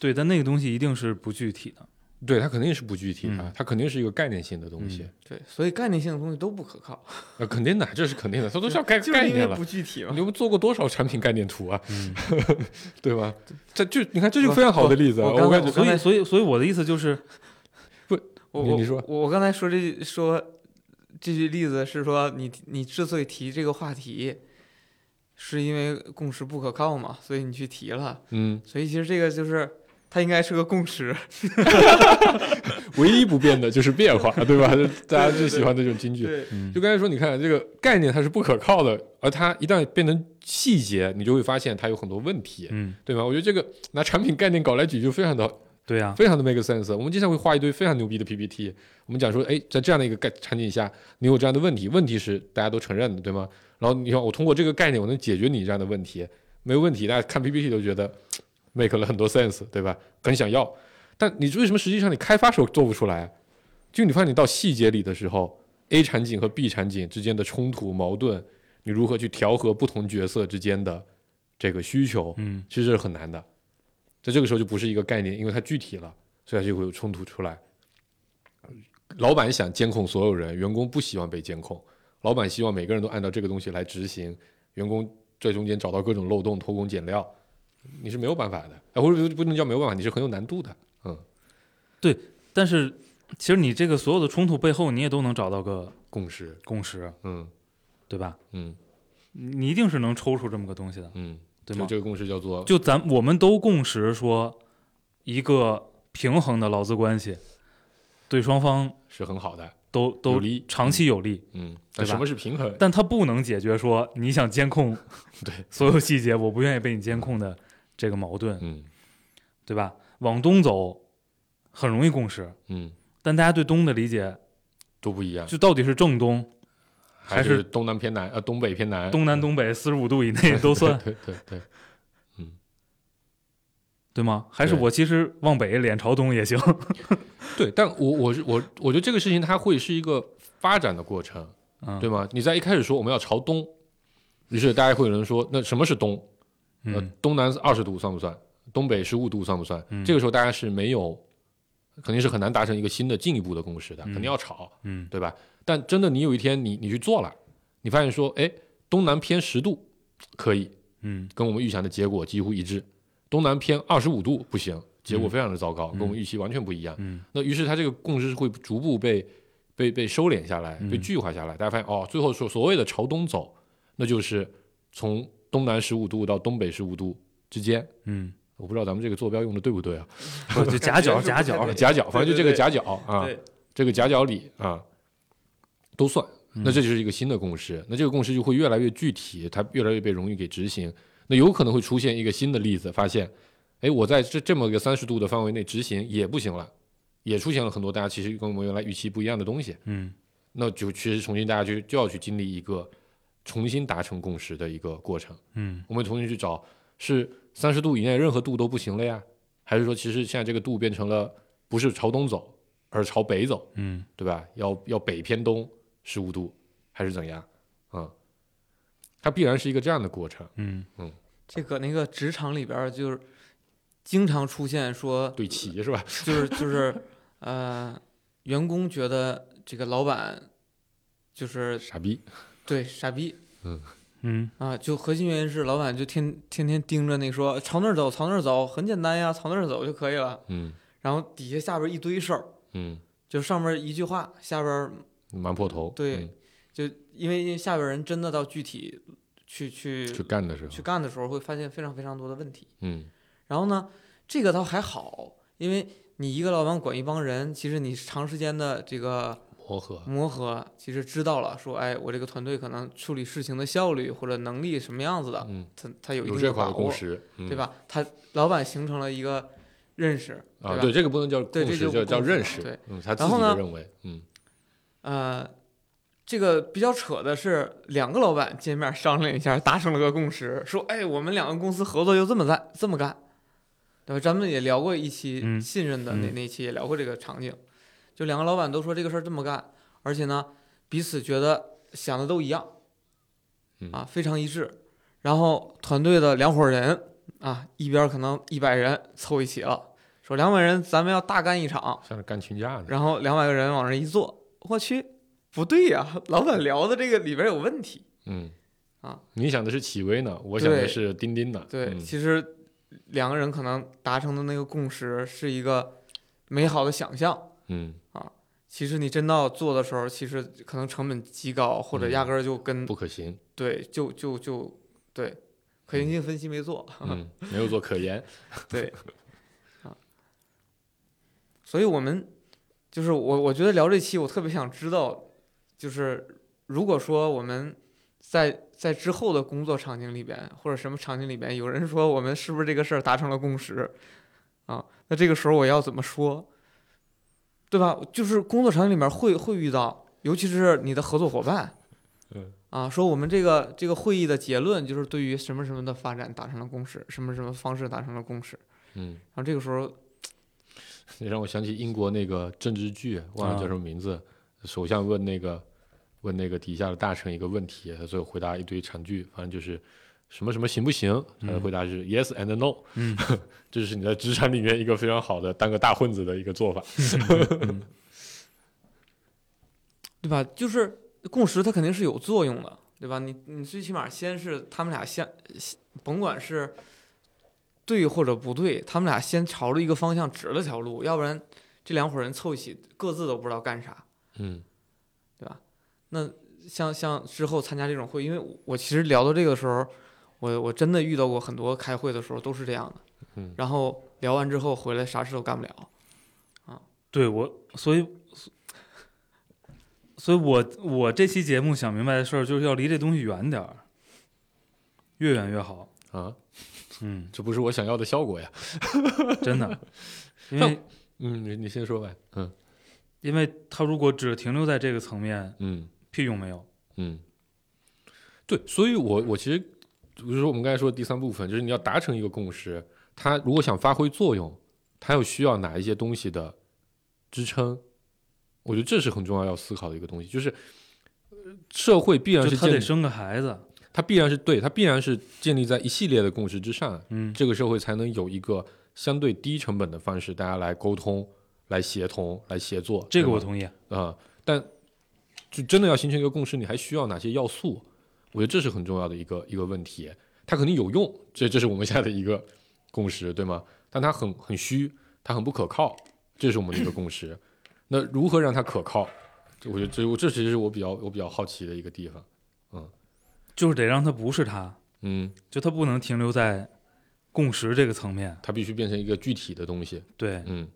对，但那个东西一定是不具体的。对，它肯定是不具体的，嗯它肯定是一个概念性的东西嗯，对，所以概念性的东西都不可靠，呃，肯定的，这是肯定 *laughs* 的，它都是要概就是概因为念了不。具体嘛你。们做过多少产品概念图啊？嗯， *laughs* 对吧？这就你看，这就非常好的例子啊。我我感我觉刚所以才所以所以我的意思就是，我你我你说我我刚才说这句说这句例子是说你你之所以提这个话题，是因为共识不可靠嘛，所以你去提了。嗯，所以其实这个就是它应该是个共识，唯一不变的就是变 *laughs* 化，对吧？就大家最喜欢这种金句。对，就刚才说，你看这个概念它是不可靠的，而它一旦变成细节，你就会发现它有很多问题，嗯，对吧？我觉得这个拿产品概念搞来举就非常的对啊呀、非常的 make sense。我们经常会画一堆非常牛逼的 PPT，我们讲说，哎，在这样的一个概场景下，你有这样的问题，问题是大家都承认的，对吗？然后你看，我通过这个概念，我能解决你这样的问题，没有问题。大家看 PPT 都觉得嗯 make 了很多 sense，对吧？很想要，但你为什么实际上你开发时候做不出来？啊就你发现你到细节里的时候，A 场景和 B 场景之间的冲突矛盾，你如何去调和不同角色之间的这个需求？嗯，其实是很难的。在这个时候就不是一个概念，因为它具体了，所以它就会有冲突出来。老板想监控所有人，员工不希望被监控，老板希望每个人都按照这个东西来执行，员工在中间找到各种漏洞、偷工减料，你是没有办法的，哎，或者不能叫没有办法，你是很有难度的。嗯，但是其实你这个所有的冲突背后，你也都能找到个共识，共识，嗯对吧？嗯你你一定是能抽出这么个东西的，嗯，对就吗？这个共识叫做就咱我们都共识说，一个平衡的劳资关系对双方是很好的，都有都利长期有利，嗯，但对吧什么是平衡？但它不能解决说你想监控对所有细节，我不愿意被你监控的这个矛盾，嗯对吧？往东走很容易共识，嗯，但大家对东的理解都不一样，就到底是正东、还是是东南偏南，呃，东北偏南，东南东北四十五度以嗯内都 *laughs* 算对对对，对吗？还是对我其实往北脸朝东也行？对，但我我是我，我觉得这个事情它会是一个发展的过程，嗯，对吗？你在一开始说我们要朝东，于是大家会有人说，那什么是东？呃嗯，东南二十度算不算？东北十五度算不算？嗯这个时候大家是没有，肯定是很难达成一个新的进一步的共识的，嗯肯定要吵，嗯对吧？但真的你有一天你你去做了，你发现说，哎，东南偏十度可以，嗯跟我们预想的结果几乎一致，东南偏二十五度不行，结果嗯非常的糟糕，嗯跟我们预期完全不一样。嗯那于是它这个共识是会逐步被被被收敛下来，嗯被具化下来。大家发现哦，最后所所谓的朝东走，那就是从东南十五度到东北十五度之间。 *laughs* 嗯，我不知道咱们这个坐标用的对不对啊？啊不就夹角感觉是不夹太角对，夹角，反正就这个对对对夹角啊，对这个夹角里啊，都算。那这就是一个新的共识，那这个共识就会越来越具体，它越来越被容易给执行。那有可能会出现一个新的例子，发现，哎，我在这这么个三十度的范围内执行也不行了，也出现了很多大家其实跟我们原来预期不一样的东西。嗯那就其实重新大家就就要去经历一个重新达成共识的一个过程。嗯我们重新去找是三十度以内任何度都不行了呀，还是说其实现在这个度变成了不是朝东走，而朝北走，嗯对吧？要要北偏东十五度还是怎样？嗯，它必然是一个这样的过程。嗯这搁那个职场里边儿就是经常出现说，对齐是吧？ *laughs* 就是就是呃，员工觉得这个老板就是傻逼，对傻逼嗯啊，就核心原因是老板就天天天盯着那说朝那儿走，朝那儿走，很简单呀，朝那儿走就可以了。嗯然后底下下边一堆事儿，嗯，就上面一句话，下边儿蛮破头。嗯对就因为因为下边人真的到具体去去嗯，去干的时候，去干的时候，会发现非常非常多的问题。嗯然后呢，这个倒还好，因为你一个老板管一帮人，其实你长时间的这个磨合，磨合，其实知道了说，哎，我这个团队可能处理事情的效率或者能力什么样子的，嗯，他他有一有定这的块把的握共，识，嗯对？吧？他老板形成了一个认识，啊，对吧？这个不能叫对共这识，就叫不叫共识认了识。对，嗯，他自然己后就呢认为，嗯，呃，这个比较扯的是，两个老板见面商量一下，达成了个共识，说，哎，我们两个公司合作就这么干，这么干，对吧？咱们也聊过一期嗯信任的那、嗯那期，也聊过这个场景，就两个老板都说这个事儿这么干，而且呢，彼此觉得想的都一样，嗯啊，非常一致。然后团队的两伙人啊，一边可能一百人凑一起了，说两百人咱们要大干一场，像是干群架呢。然后两百个人往那一坐，我去，不对呀、 *laughs* 老板聊的这个里边有问题。嗯，啊，你想的是企微呢，我想对的是钉钉呢。对，嗯其实两个人可能达成的那个共识是一个美好的想象，嗯，其实你真到做的时候，其实可能成本极高，或者嗯压根儿就跟、不可 *laughs* 行，对，就就就对，可行性分析没做，嗯，没有做可言。对，啊，所以我们就是我，我觉得聊这期，我特别想知道，就是如果说我们在在之后的工作场景里边，或者什么场景里边，有人说我们是不是这个事儿达成了共识啊？那这个时候我要怎么说，对吧？就是工作场景里面会会遇到，尤其是你的合作伙伴。嗯啊，说我们这个这个会议的结论就是对于什么什么的发展达成了共识，什么什么方式达成了共识。嗯，然后这个时候，这让我想起英国那个政治剧，忘了啊叫什么名字。首相问那个问那个底下的大臣一个问题，他最后回答一堆长句，反正就是什么什么行不行？他的嗯回答是 yes and no。嗯， *laughs* 这是你在职场里面一个非常好的当个大混子的一个做法。对吧？就是共识，它肯定是有作用的，对吧？你你最起码先是他们俩先，先甭管是对或者不对，他们俩先朝着一个方向指了条路，要不然这两伙人凑一起，各自都不知道干啥。嗯那像像之后参加这种会，因为我我其实聊到这个时候，我我真的遇到过很多开会的时候都是这样的，嗯然后聊完之后回来啥事都干不了，对我，所以，所以我我这期节目想明白的事儿，就是要离这东西远点儿，越远越好。啊，嗯，这不是我想要的效果呀。真的，因为嗯，你你先说吧。嗯因为他如果只停留在这个层面，嗯屁用没有。嗯，对，所以我我其实就是说我们刚才说的第三部分，就是你要达成一个共识，它如果想发挥作用，它又需要哪一些东西的支撑？我觉得这是很重要要思考的一个东西，就是呃社会必然就是他建得立，生个孩子，它必然是对，它必然是建立在一系列的共识之上。嗯这个社会才能有一个相对低成本的方式，大家来沟通、来协同、来协作。这个对我吧同意。啊、但就真的要形成一个共识，你还需要哪些要素？我觉得这是很重要的一个一个问题。它肯定有用，这这是我们现在的一个共识，对吗？但它很很虚，它很不可靠，这是我们的一个共识。那如何让它可靠？这我觉得这我这其实是我比较我比较好奇的一个地方。就是得让他不是他，嗯，就他不能停留在共识这个层面。它必须变成一个具体的东西。对嗯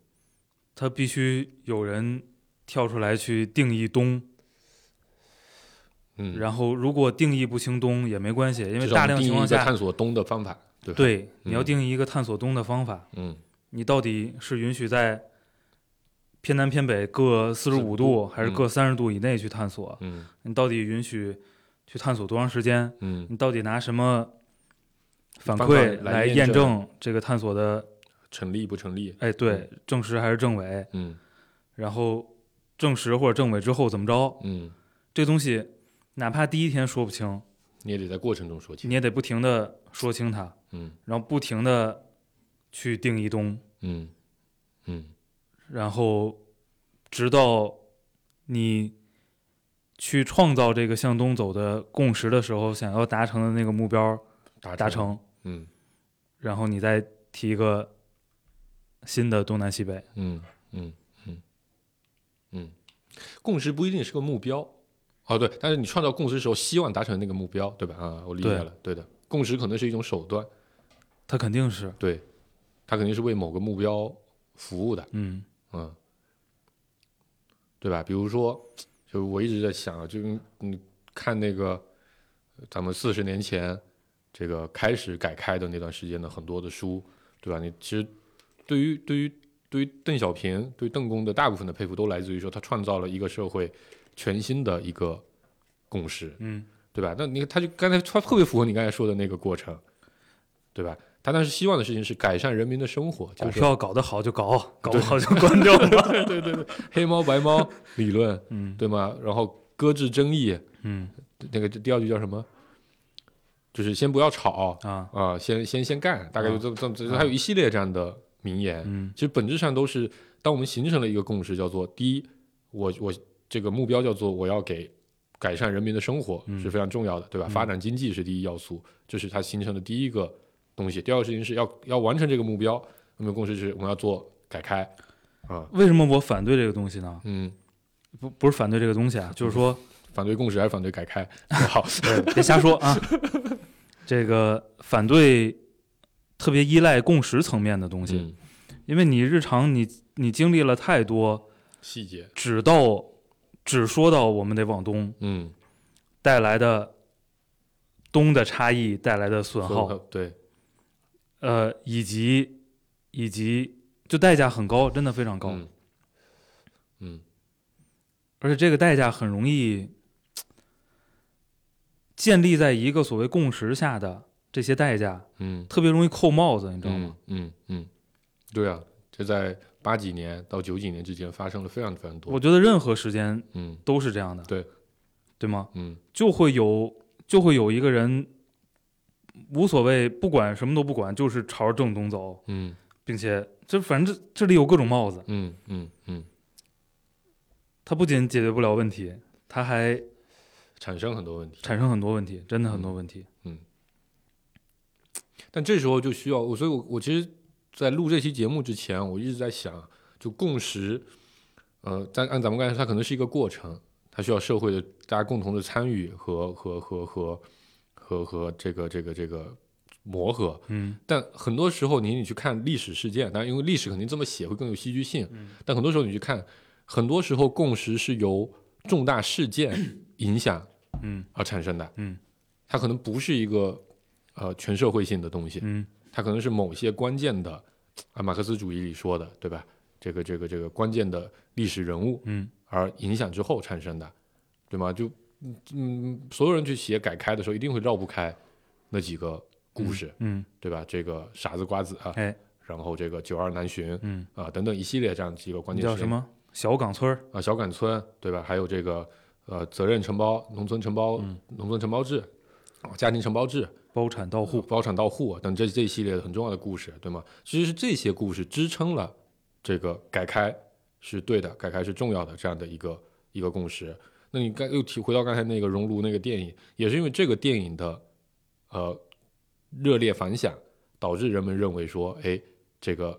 他必须有人跳出来去定义东，嗯，然后如果定义不清东也没关系，因为至少大我们量定义情一况个下，探索东的方法，对吧？对你要嗯定义一个探索东的方法，嗯，你到底是允许在偏南偏北各四十五度，还是各三十度以内去探索？嗯你到底允许去探索多长时间？嗯，你到底拿什么反方法馈来来验验证证这个探索的？成立不成立？哎，对，证实还是证伪？嗯然后证实或者证伪之后怎么着，嗯，这东西哪怕第一天说不清，你也得在过程中说清。你也得不停的说清它，嗯然后不停的去定义东，嗯嗯然后直到你去创造这个向东走的共识的时候，想要达成的那个目标达达成，嗯然后你再提一个新的东南西北。嗯嗯嗯嗯，共识不一定是个目标。哦，对，但是你创造共识的时候，希望达成那个目标，对吧？啊，我理解对了，对的。共识可能是一种手段，它肯定是，对，它肯定是为某个目标服务的。嗯嗯，对吧？比如说，就我一直在想啊，就你看那个咱们四十年前这个开始改开的那段时间的很多的书，对吧？你其实对于对于对于邓小平、对邓公的大部分的佩服，都来自于说他创造了一个社会全新的一个共识，嗯，对吧？那你他就刚才他特别符合你刚才说的那个过程，对吧？他当时希望的事情是改善人民的生活，就股是票搞得好就 *laughs* 搞，搞不好就关掉吧。 *laughs* 对对对，黑猫白猫 *laughs* 理论，嗯对吗？然后搁置争议，嗯那个第二句叫什么？就是先不要吵啊啊、先先先干，大概就这么这么这么，还有一系列这样的名言。嗯其实本质上都是，当我们形成了一个共识，叫做第一，我我这个目标叫做我要给改善人民的生活嗯是非常重要的，对吧？发展经济是第一要素，这是它形成的第一个东西。第二个事情是要要完成这个目标，那么共识是我们要做改开啊，为什么我反对这个东西呢？嗯。不不是反对这个东 *laughs* 西啊，就是说，反对共识还是反对改开？ *laughs* 好，对别瞎说啊。这个反对特别依赖共识层面的东西，嗯，因为你日常你你经历了太多，细节，只到只说到我们得往东嗯，带来的东的差异带来的损所耗有，对，呃，以及以及就代价很高，真的非常高。嗯，嗯，而且这个代价很容易建立在一个所谓共识下的这些代价，嗯，特别容易扣帽子，你知道吗？嗯，嗯，嗯，对啊，这在八几年到九几年之间发生了非常非常我多，觉得任何时间嗯，都是这样的，对对吗？嗯，就会有就会有一个人无所谓，不管什么都不管，就是朝着正东走，嗯，并且这反正这这里有各种帽子，嗯，嗯，嗯，它不仅解决不了问题，它还产生很多问题，产生很多问题，真的很多问题。但这时候就需要我，所以我我其实，在录这期节目之前，我一直在想，就共识，呃，但按咱们刚才说，它可能是一个过程，它需要社会的大家共同的参与和和和和和和这个这个这个磨合。嗯但很多时候你你去看历史事件，当然因为历史肯定这么写会更有戏剧性，嗯但很多时候你去看，很多时候共识是由重大 *coughs* 事件影响嗯而产生的，嗯，它可能不是一个呃全社会性的东西，嗯它可能是某些关键的，啊，马克思主义里说的，对吧？这个这个这个关键的历史人物嗯而影响之后产生的，对吗？就嗯嗯，所有人去写改开的时候，一定会绕不开那几个故事，嗯对吧？这个傻子瓜子啊，哎然后这个九二南巡嗯，啊、等等一系列这样几个关那键叫事件什么小岗村儿？啊，小岗村对吧？还有这个呃责任承包、农村承包、嗯农村承包制、啊家庭承包制，包产到户。包产到户啊等这这一系列很重要的故事，对吗？其实是这些故事支撑了这个改开是对的，改开是重要的这样的一个一个共识。那你刚又提回到刚才那个《熔炉》那个电影，也是因为这个电影的呃热烈反响，导致人们认为说，哎，这个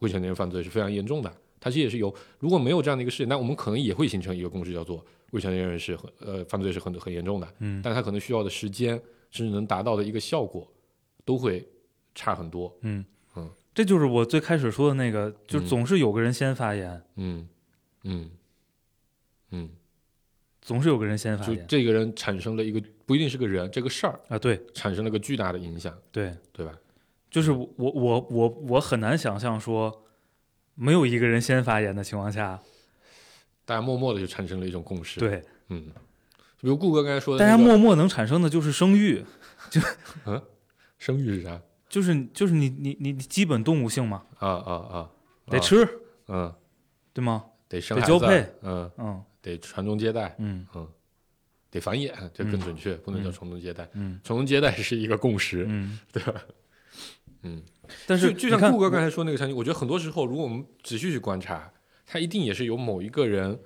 未成年人犯罪是非常严重的。它其实也是由如果没有这样的一个事情，那我们可能也会形成一个共识，叫做未成年人是很呃犯罪是很很严重的。嗯但它可能需要的时间，甚至能达到的一个效果，都会差很多。嗯嗯，这就是我最开始说的那个，就嗯总是有个人先发言，嗯，嗯，嗯，总是有个人先发就言这个人产生了一个不一定是个人，这个事儿啊。对产生了个巨大的影响，对，对吧？就是我我我我我很难想象说，没有一个人先发言的情况下，大家默默的就产生了一种共识。，对，嗯，比如顾哥刚才说的、大那家个，默默能产生的就是生育，生育是啥？就是就是你你你你基本动物性嘛，啊啊啊！得啊，吃，嗯，对吗？得生得孩交子，配嗯，嗯得传宗接代，嗯嗯，得繁衍，这更准确，不能叫嗯传宗接代。嗯传宗接代是一个共识，嗯， *laughs* 对吧？嗯，但是就就你像看顾哥刚才说那个场景，我觉得很多时候，如果我们仔细去观察，他一定也是有某一个人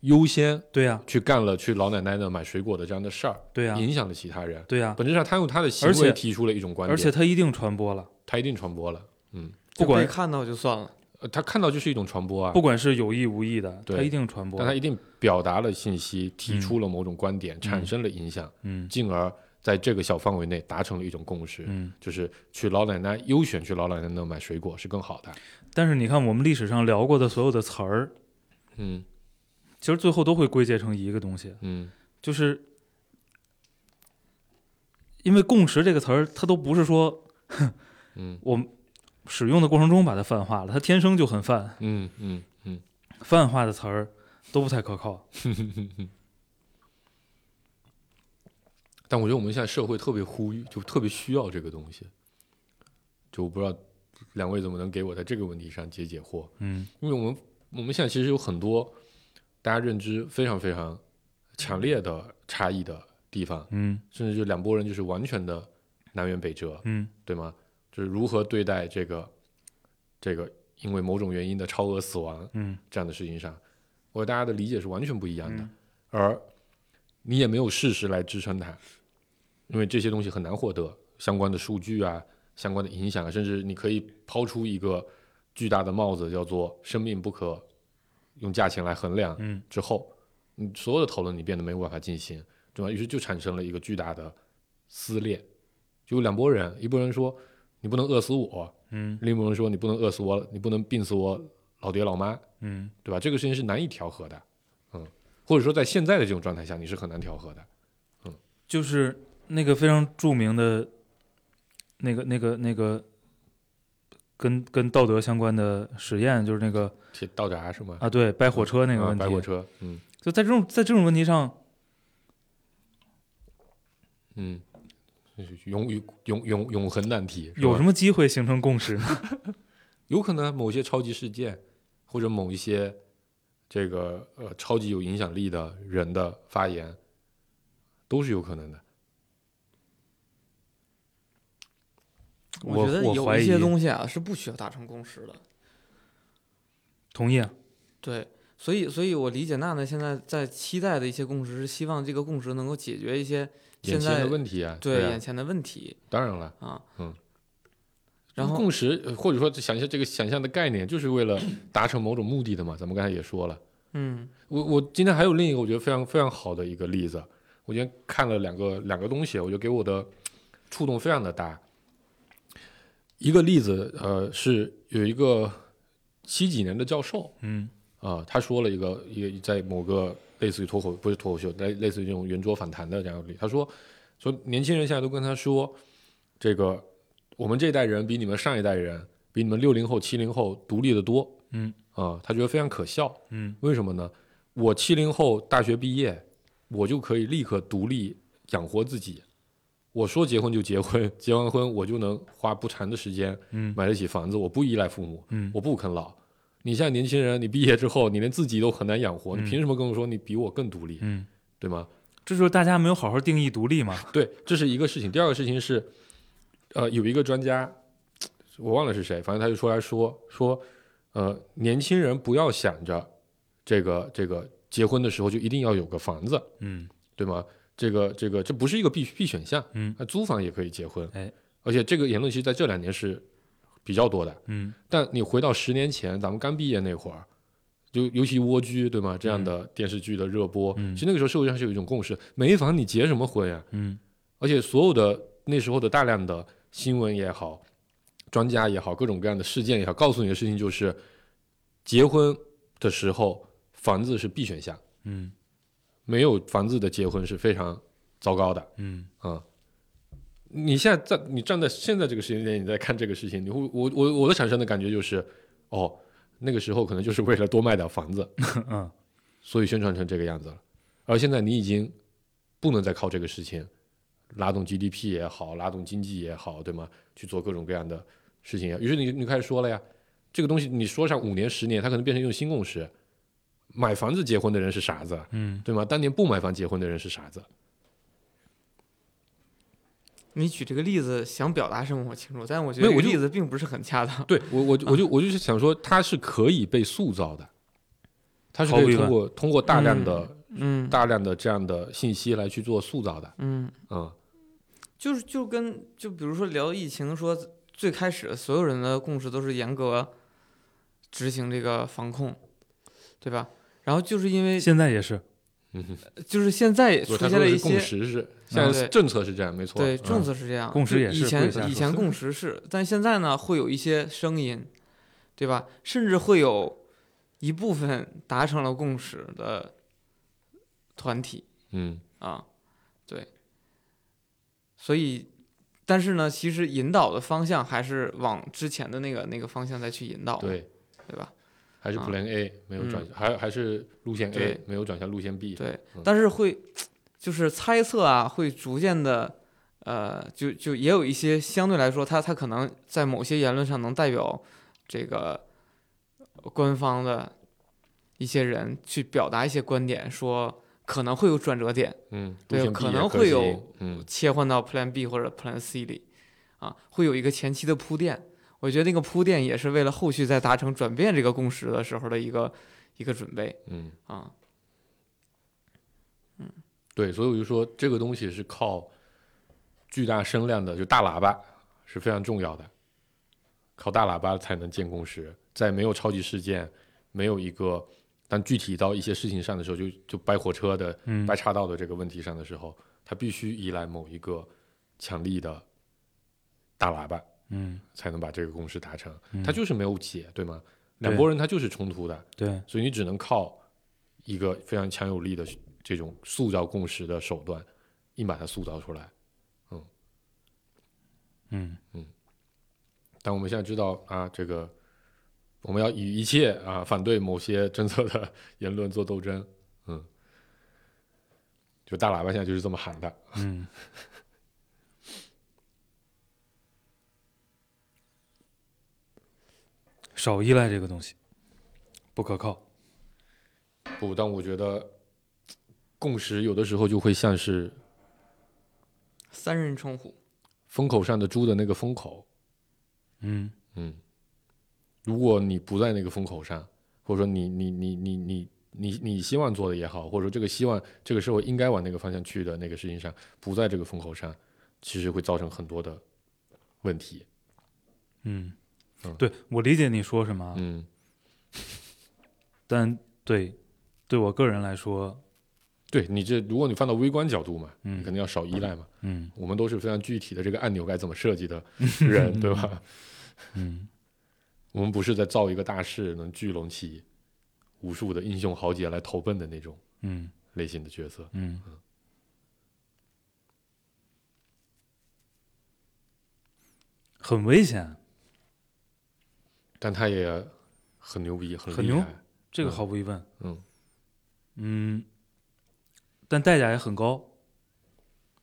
优先对呀去干了去老奶奶那买水果的这样的事儿，对呀影响了其他人。对呀，本质上，他用他的行而且为提出了一种观点，而且它一定传播了，他一定传播了。嗯，不管被看到就算了，呃他看到就是一种传播啊，不管是有意无意的，对它一定传播但他了。一定表达了信息，提出了某种观点，产生了影响，嗯进而在这个小范围内达成了一种共识，嗯，就是去老奶奶优选去老奶奶那买水果是更好的。但是你看我们历史上聊过的所有的词儿，嗯其实最后都会归结成一个东西，嗯就是因为“共识”这个词儿，它都不是说嗯我们使用的过程中把它泛化了，它天生就很泛，嗯嗯嗯泛化的词儿都不太可靠。嗯。但我觉得我们现在社会特别呼吁，就特别需要这个东西。就我不知道两位怎么能给我在这个问题上解解惑。嗯因为我们我们现在其实有很多大家认知非常非常强烈的差异的地方，嗯甚至就两拨人就是完全的南辕北辙，嗯对吗？就是如何对待这个这个因为某种原因的超额死亡嗯这样的事情上，我对大家的理解是完全不一样的，嗯而你也没有事实来支撑它，因为这些东西很难获得相关的数据啊、相关的影响啊，甚至你可以抛出一个巨大的帽子，叫做“生命不可用价钱来衡量”，嗯之后，你所有的讨论你变得没有办法进行，对吧？于是就产生了一个巨大的撕裂，就有两拨人，一拨人说你不能饿死我，嗯另一拨人说你不能饿死我，你不能病死我老爹老妈，嗯，对吧？这个事情是难以调和的，嗯，或者说在现在的这种状态下，你是很难调和的，就是那个非常著名的那个那个那个跟跟道德相关的实验，就是那个铁道闸是吗？啊，对，掰火车那个啊问题。白火车，嗯就在这种在这种问题上，嗯，就是永永永永永恒难题，是吧有什么机会形成共识呢？ *laughs* 有可能某些超级事件，或者某一些这个呃超级有影响力的人的发言，都是有可能的。我觉得我有怀一些疑东西啊是不需要达成共识的。同意啊，对，所以所以我理解娜娜现在在期待的一些共识是希望这个共识能够解决一些眼现前在的问题啊，对啊眼前的问题当然了。啊。嗯。然后共识呃或者说想象这个想象的概念，就是为了达成某种目的的嘛。咱们刚才也说了，嗯我我今天还有另一个我觉得非常非常好的一个例子，我今天看了两个两个东西，我觉得给我的触动非常的大。一个例子，呃，是有一个七几年的教授，嗯啊、他说了一个一个在某个类似于脱口不是脱口秀，类类似于这种圆桌反弹的这样的例，他说说年轻人现在都跟他说，这个我们这一代人比你们上一代人，比你们六零后、七零后独立的多，嗯啊、他觉得非常可笑，嗯为什么呢？我七零后大学毕业，我就可以立刻独立养活自己，我说结婚就结婚，结完婚我就能花不长的时间嗯买得起房子，我不依赖父母，嗯我不啃老。你现在年轻人，你毕业之后，你连自己都很难养活，嗯你凭什么跟我说你比我更独立，嗯，对吗？这就是大家没有好好定义独立嘛。对，这是一个事情。第二个事情是，呃，有一个专家，我忘了是谁，反正他就出来说说，呃，年轻人不要想着这个这个结婚的时候就一定要有个房子，嗯对吗？这个这个这不是一个必必选项，嗯那租房也可以结婚，哎，而且这个言论其实在这两年是比较多的，嗯但你回到十年前，咱们刚毕业那会儿，就尤其蜗居，对吗？这样的电视剧的热播，嗯其实那个时候社会上是有一种共识，没房你结什么婚呀？嗯而且所有的那时候的大量的新闻也好，专家也好，各种各样的事件也好，告诉你的事情就是，结婚的时候房子是必选项，嗯没有房子的结婚是非常糟糕的。嗯啊、你现在在你站在现在这个时间点，你在看这个事情，你会我我我的产生的感觉就是，哦，那个时候可能就是为了多卖点房子，嗯所以宣传成这个样子了。而现在你已经不能再靠这个事情拉动 GDP 也好，拉动经济也好，对吗？去做各种各样的啊事情也好。于是你你开始说了呀，这个东西你说上五年十年，它可能变成一种新共识，买房子结婚的人是傻子，嗯，对吗？当年不买房结婚的人是傻子。你举这个例子想表达什么？我清楚，但我觉没得有这个我就例子并不是很恰当。对我，啊我就我就我就是想说，它是可以被塑造的，它是毫可无以疑通问过通过大量的、嗯大量的这样的信息来去做塑造的。嗯，嗯，就是就跟就比如说聊疫情，说最开始所有人的共识都是严格执行这个防控，对吧？然后就是因为现在也是，嗯哼，就是现在也呃出不他现说了的一是共些识是，现嗯在对政策是这样，没错。对，嗯政策是这样，共识就也以是跪下前以说前共识是，但现在呢，会有一些声音，对吧？甚至会有一部分达成了共识的团体嗯，啊，对。所以，但是呢，其实引导的方向还是往之前的那个那个方向再去引导，对，对吧？还是啊 Plan A 没有嗯转，还还是路线 A 对没有转向路线 B。对嗯，但是会就是猜测啊，会逐渐的，呃，就就也有一些相对来说，他他可能在某些言论上能代表这个官方的一些人去表达一些观点，说可能会有转折点，嗯，路对线 B 可也能可会行有嗯切换到 Plan B 或者 Plan C 里，啊，会有一个前期的铺垫。我觉得那个铺垫也是为了后续在达成转变这个共识的时候的一个一个准备嗯。啊。对，所以我就说这个东西是靠巨大声量的，就大喇叭是非常重要的，靠大喇叭才能建共识。在没有超级事件，没有一个，当具体到一些事情上的时候，就就掰火车的、嗯掰岔道的这个问题上的时候，它必须依赖某一个强力的大喇叭嗯，才能把这个共识达成。嗯它就是没有解，对吗？对两拨人他就是冲突的，对，所以你只能靠一个非常强有力的这种塑造共识的手段，硬把它塑造出来。嗯，但我们现在知道啊，这个我们要与一切啊反对某些政策的言论做斗争，嗯，就大喇叭现在就是这么喊的，嗯， *laughs* 少依赖这个东西，不可靠。不，但我觉得共识有的时候就会像是三人称呼，风口上的猪的那个风口，嗯嗯，如果你不在那个风口上，或者说你你你你你你你希望做的也好，或者说这个希望这个社会应该往那个方向去的那个事情上，不在这个风口上，其实会造成很多的问题。嗯嗯，对我理解你说什么啊，嗯但对对我个人来说，对你这，如果你放到微观角度嘛，嗯你肯定要少依赖嘛。嗯我们都是非常具体的这个按钮该怎么设计的人，对吧？嗯我们不是在造一个大事，能聚拢起无数的英雄豪杰来投奔的那种嗯类型的角色。嗯，很危险，啊但他也很牛逼，很很厉牛害。这个嗯毫无疑问。嗯嗯，但代价也很高，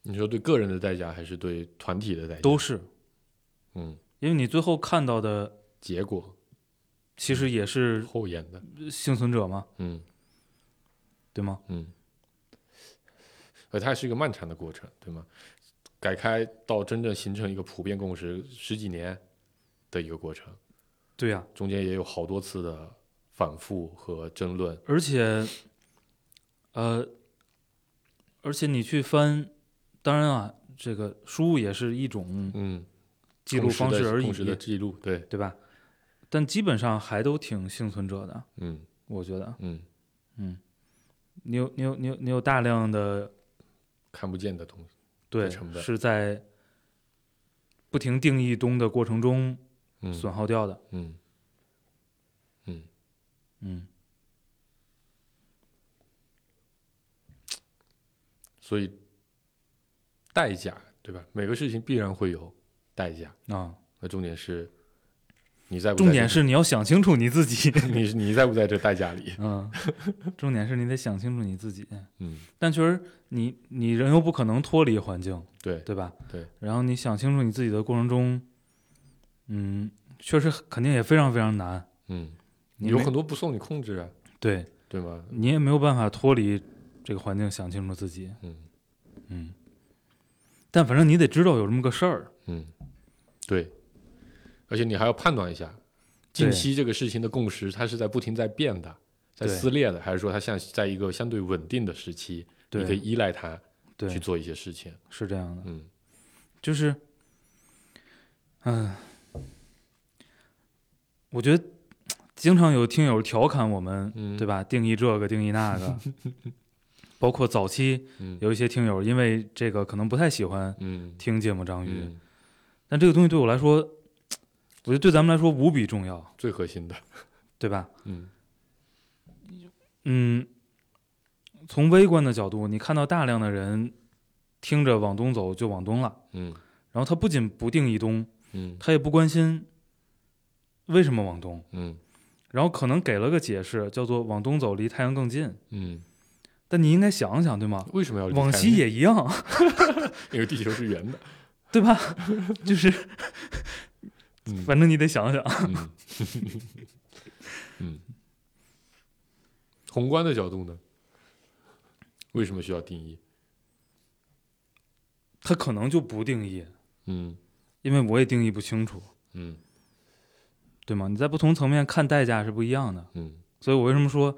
你说对个人的代价还是对团体的代价？都是嗯，因为你最后看到的结果其实也是后延的，幸存者嘛，嗯对吗？嗯，而它是一个漫长的过程，对吗？改开到真正形成一个普遍共识，十几年的一个过程，对呀、中间也有好多次的反复和争论。而且，呃，而且你去翻，当然啊，这个书也是一种嗯，记录共识方的式而已共，识的记录，对，对吧？但基本上还都挺幸存者的，嗯我觉得。嗯，你有你有你有你有大量的看不见的东西，对成本是在不停定义中的过程中损嗯耗掉的，嗯嗯所以代价，对吧？每个事情必然会有代价，啊，那重点是你在不在重点这是你要想清楚你自 *laughs* 己，你你在不在这代 *laughs* 价里？嗯，重点是你得想清楚你自己，嗯，但确实你你人又不可能脱离环境，对，对吧？对。然后你想清楚你自己的过程中，嗯，确实肯定也非常非常难。嗯，你有没很多不受你控制啊，对对吗？你也没有办法脱离这个环境，想清楚自己。嗯嗯，但反正你得知道有这么个事儿。嗯，对，而且你还要判断一下，近期这个事情的共识，它是在不停在变的，在对撕裂的，还是说它像在一个相对稳定的时期，你可对以依赖它去对，做一些事情？是这样的，嗯就是，嗯，我觉得经常有听友调侃我们，嗯，对吧？吧？定义这个，定义那 *laughs* 个，包括早期嗯有一些听友因为这个可能不太喜欢嗯听芥末章鱼，嗯，但这个东西对我来说，我觉得对咱们来说无比重要，最核心的，对吧？嗯嗯，从微观的角度，你看到大量的人听着往东走就往东了，嗯然后他不仅不定义东，嗯他也不关心为什么往东，嗯然后可能给了个解释，叫做往东走离太阳更近。嗯，但你应该想想，对吗？为什么哦要离往开西呢？也一样， *laughs* 因为地球 *laughs* 是圆的，对吧？就是 *laughs* 嗯反正你得想想，嗯嗯，宏观的角度呢？为什么需要定义？他可能就不定义，嗯因为我也定义不清楚，嗯对吗？你在不同层面看代价是不一样的，嗯，所以我为什么说，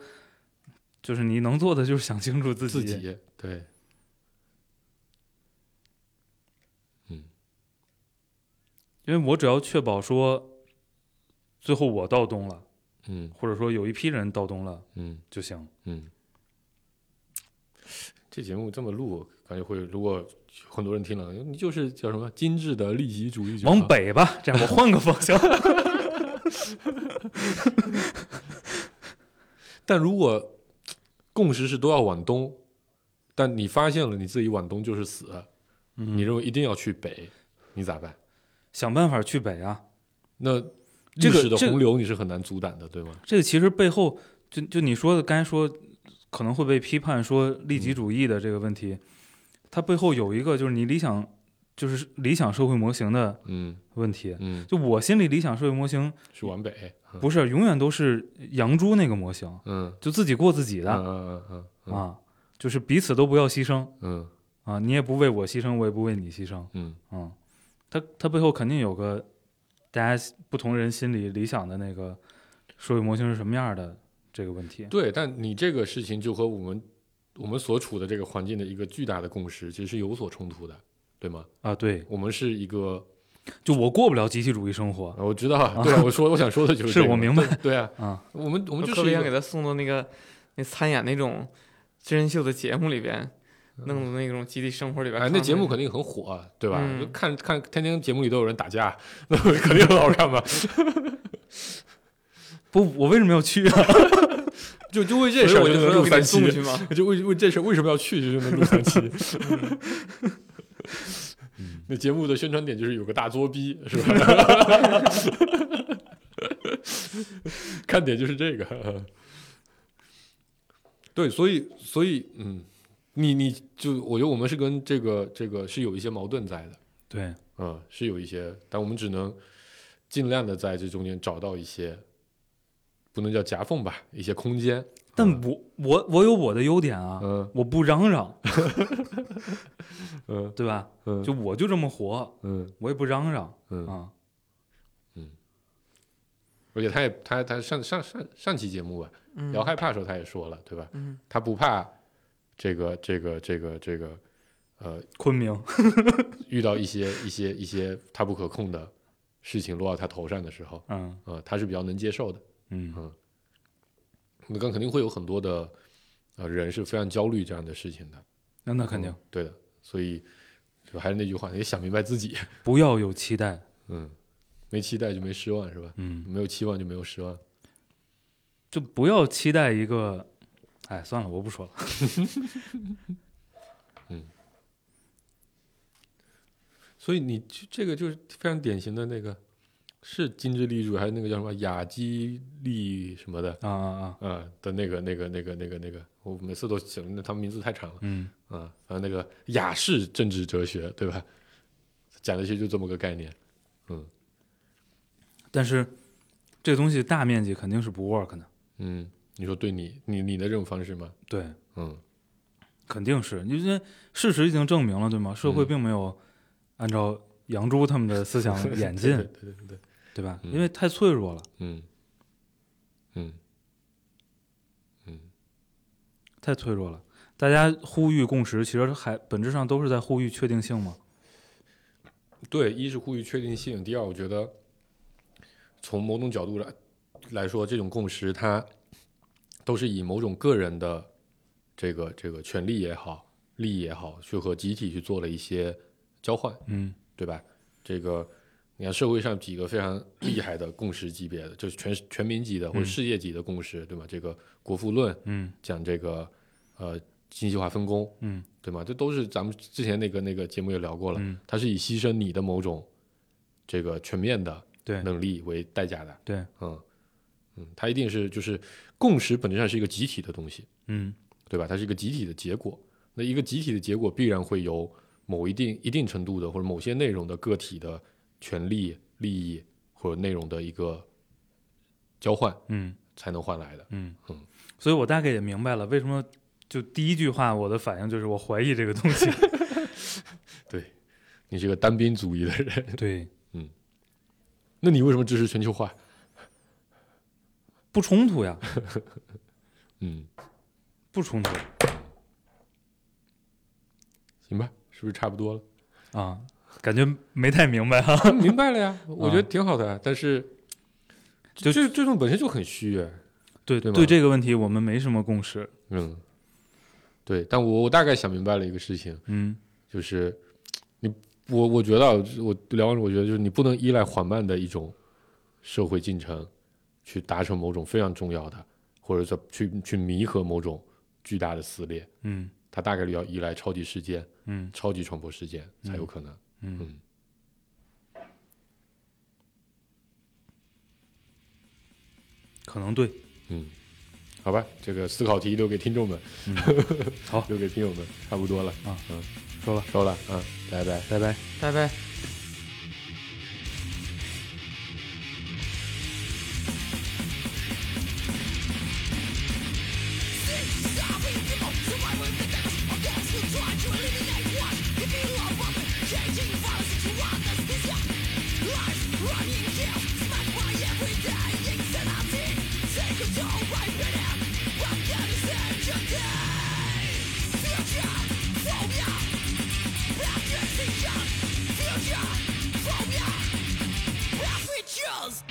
就是你能做的就是想清楚自己。自己对，因为我只要确保说，最后我到东了，嗯或者说有一批人到东了嗯就行。嗯。这节目这么录，感觉会如果很多人听了，你就是叫什么精致的利己主义者，啊往北吧，这样 *laughs* 我换个方向。但如果共识是都要往东，但你发现了你自己往东就是死，啊你认为一定要去北，你咋办？想办法去北啊！那历这个史的这个洪流你是很难阻挡的，对吗？这个其实背后，就就你说的，刚才说可能会被批判说利己主义的这个问题，它背后有一个就是你理想，就是理想社会模型的嗯问题。嗯，就我心里理想社会模型是往北，嗯不是永远都是杨猪那个模型，嗯就自己过自己嗯的、嗯嗯嗯啊，就是彼此都不要牺牲。嗯啊，你也不为我牺牲，我也不为你牺牲，嗯嗯，他他背后肯定有个大家不同人心里理想的那个社会模型是什么样的这个问题，对。但你这个事情就和我们我们所处的这个环境的一个巨大的共识其实是有所冲突的，对吗？啊，对，我们是一个，就我过不了集体主义生活，啊我知道啊，对吧？我说我想说的 *laughs* 就是是这个，我明白对对啊，啊，我们我我们就特是别一想给个他送到那个那参演那种真人秀的节目里边，嗯弄到那种集体生活里边哎，看那的。节目肯定很火啊，对吧？嗯就看看天天节目里都有人打架， *laughs* 那肯定很好看吧？不，我为什么要去啊？ *laughs* 就就为所这以事儿我就就能说录给三你送期，去嘛。 *laughs* 就为为这事儿为什么要去就能录三 *laughs* 期。那节目的宣传点就是有个大作逼，是 *laughs* 吧？看点就是这个。对，所以所以嗯，你你就我觉得我们是跟这个这个是有一些矛盾在的。对，嗯，是有一些，但我们只能尽量的在这中间找到一些，不能叫夹缝吧，一些空间。但我我我有我的优点啊，嗯我不嚷嚷， *laughs* 嗯对吧？嗯就我就这么活，嗯我也不嚷嚷嗯，啊，而且他也他他上上上上期节目吧，嗯聊害怕的时候他也说了，对吧？嗯，他不怕这个这个这个这个呃昆明，遇到一些一些一些他不可控的事情落到他头上的时候，嗯呃，他是比较能接受的。嗯那更肯定会有很多的呃人是非常焦虑这样的事情的。那那肯定嗯对的，所以就还是那句话，也想明白自己，不要有期待，嗯，没期待就没失望是吧？嗯。没有期望就没有失望，就不要期待一个，哎，算了，我不说了。所以你这这个就是非常典型的那个是金致利主还是那个叫什么雅基利什么的啊啊啊，啊、的那个那个那个那个那个，我每次都想，那他们名字太长了嗯，啊，反正那个雅式政治哲学对吧？讲的其实就这么个概念，但是这个东西大面积肯定是不 work 的，嗯你说对你你你的这种方式吗？对，嗯肯定是，因为事实已经证明了，对吗？社会嗯并没有按照杨朱他们的 *laughs* 思想演进，对对对对，对吧？嗯因为太脆弱了。嗯嗯嗯太脆弱了。大家呼吁共识，其实还本质上都是在呼吁确定性嘛。对，一是呼吁确定性，第二，我觉得从某种角度来来说，这种共识它都是以某种个人的这个这个权利也好、利益也好，去和集体去做了一些交换，嗯对吧？这个你看社会上几个非常厉害的共识级别的，就是全全民级的或者嗯世界级的共识，对吗？这个国富论嗯讲这个呃信息化分工，嗯对吗？这都是咱们之前那个那个节目也聊过了，嗯它是以牺牲你的某种这个全面的对能力为代价的，对，嗯嗯，它一定是就是共识本质上是一个集体的东西，嗯对吧？它是一个集体的结果，那一个集体的结果必然会由某一定一定程度的或者某些内容的个体的权利、利益或者内容的一个交换嗯才能换来的，嗯嗯所以我大概也明白了为什么就第一句话我的反应就是我怀疑这个东西。对。你是个单兵主义的人， *laughs* *laughs* 对，那你为什么支持全球化？不冲突呀，嗯，不冲突行吧，是不是差不多了？啊，感觉没太明白哈、 *laughs* 明白了呀，我觉得挺好的啊，但是就这这种本身就很虚，对对吧对，这个问题我们没什么共识。嗯，对，但我我大概想明白了一个事情，嗯就是你我我觉得啊我聊完了，我觉得就是你不能依赖缓慢的一种社会进程去达成某种非常重要的，或者说去去弥合某种巨大的撕裂，嗯它大概率要依赖超级事件、嗯超级传播事件才有可能。嗯，嗯，可能对。嗯，好吧，这个思考题留给听众们，嗯 *laughs* 好留给听友们，差不多了啊，嗯，收了，收了，嗯，拜拜。拜拜。拜拜。 Choose!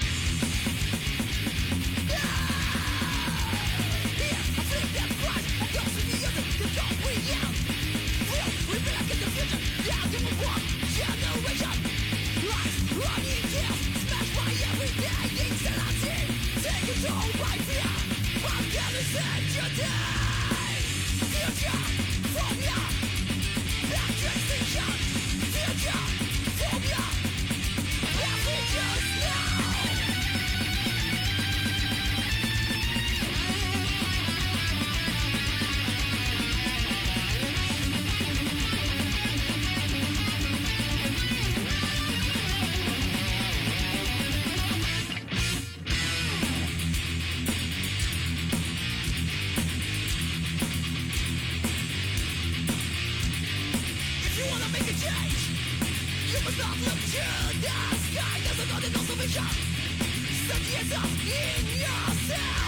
If you wanna make a change, you must not look to the sky. There's another no solution. Set yourself in yourself.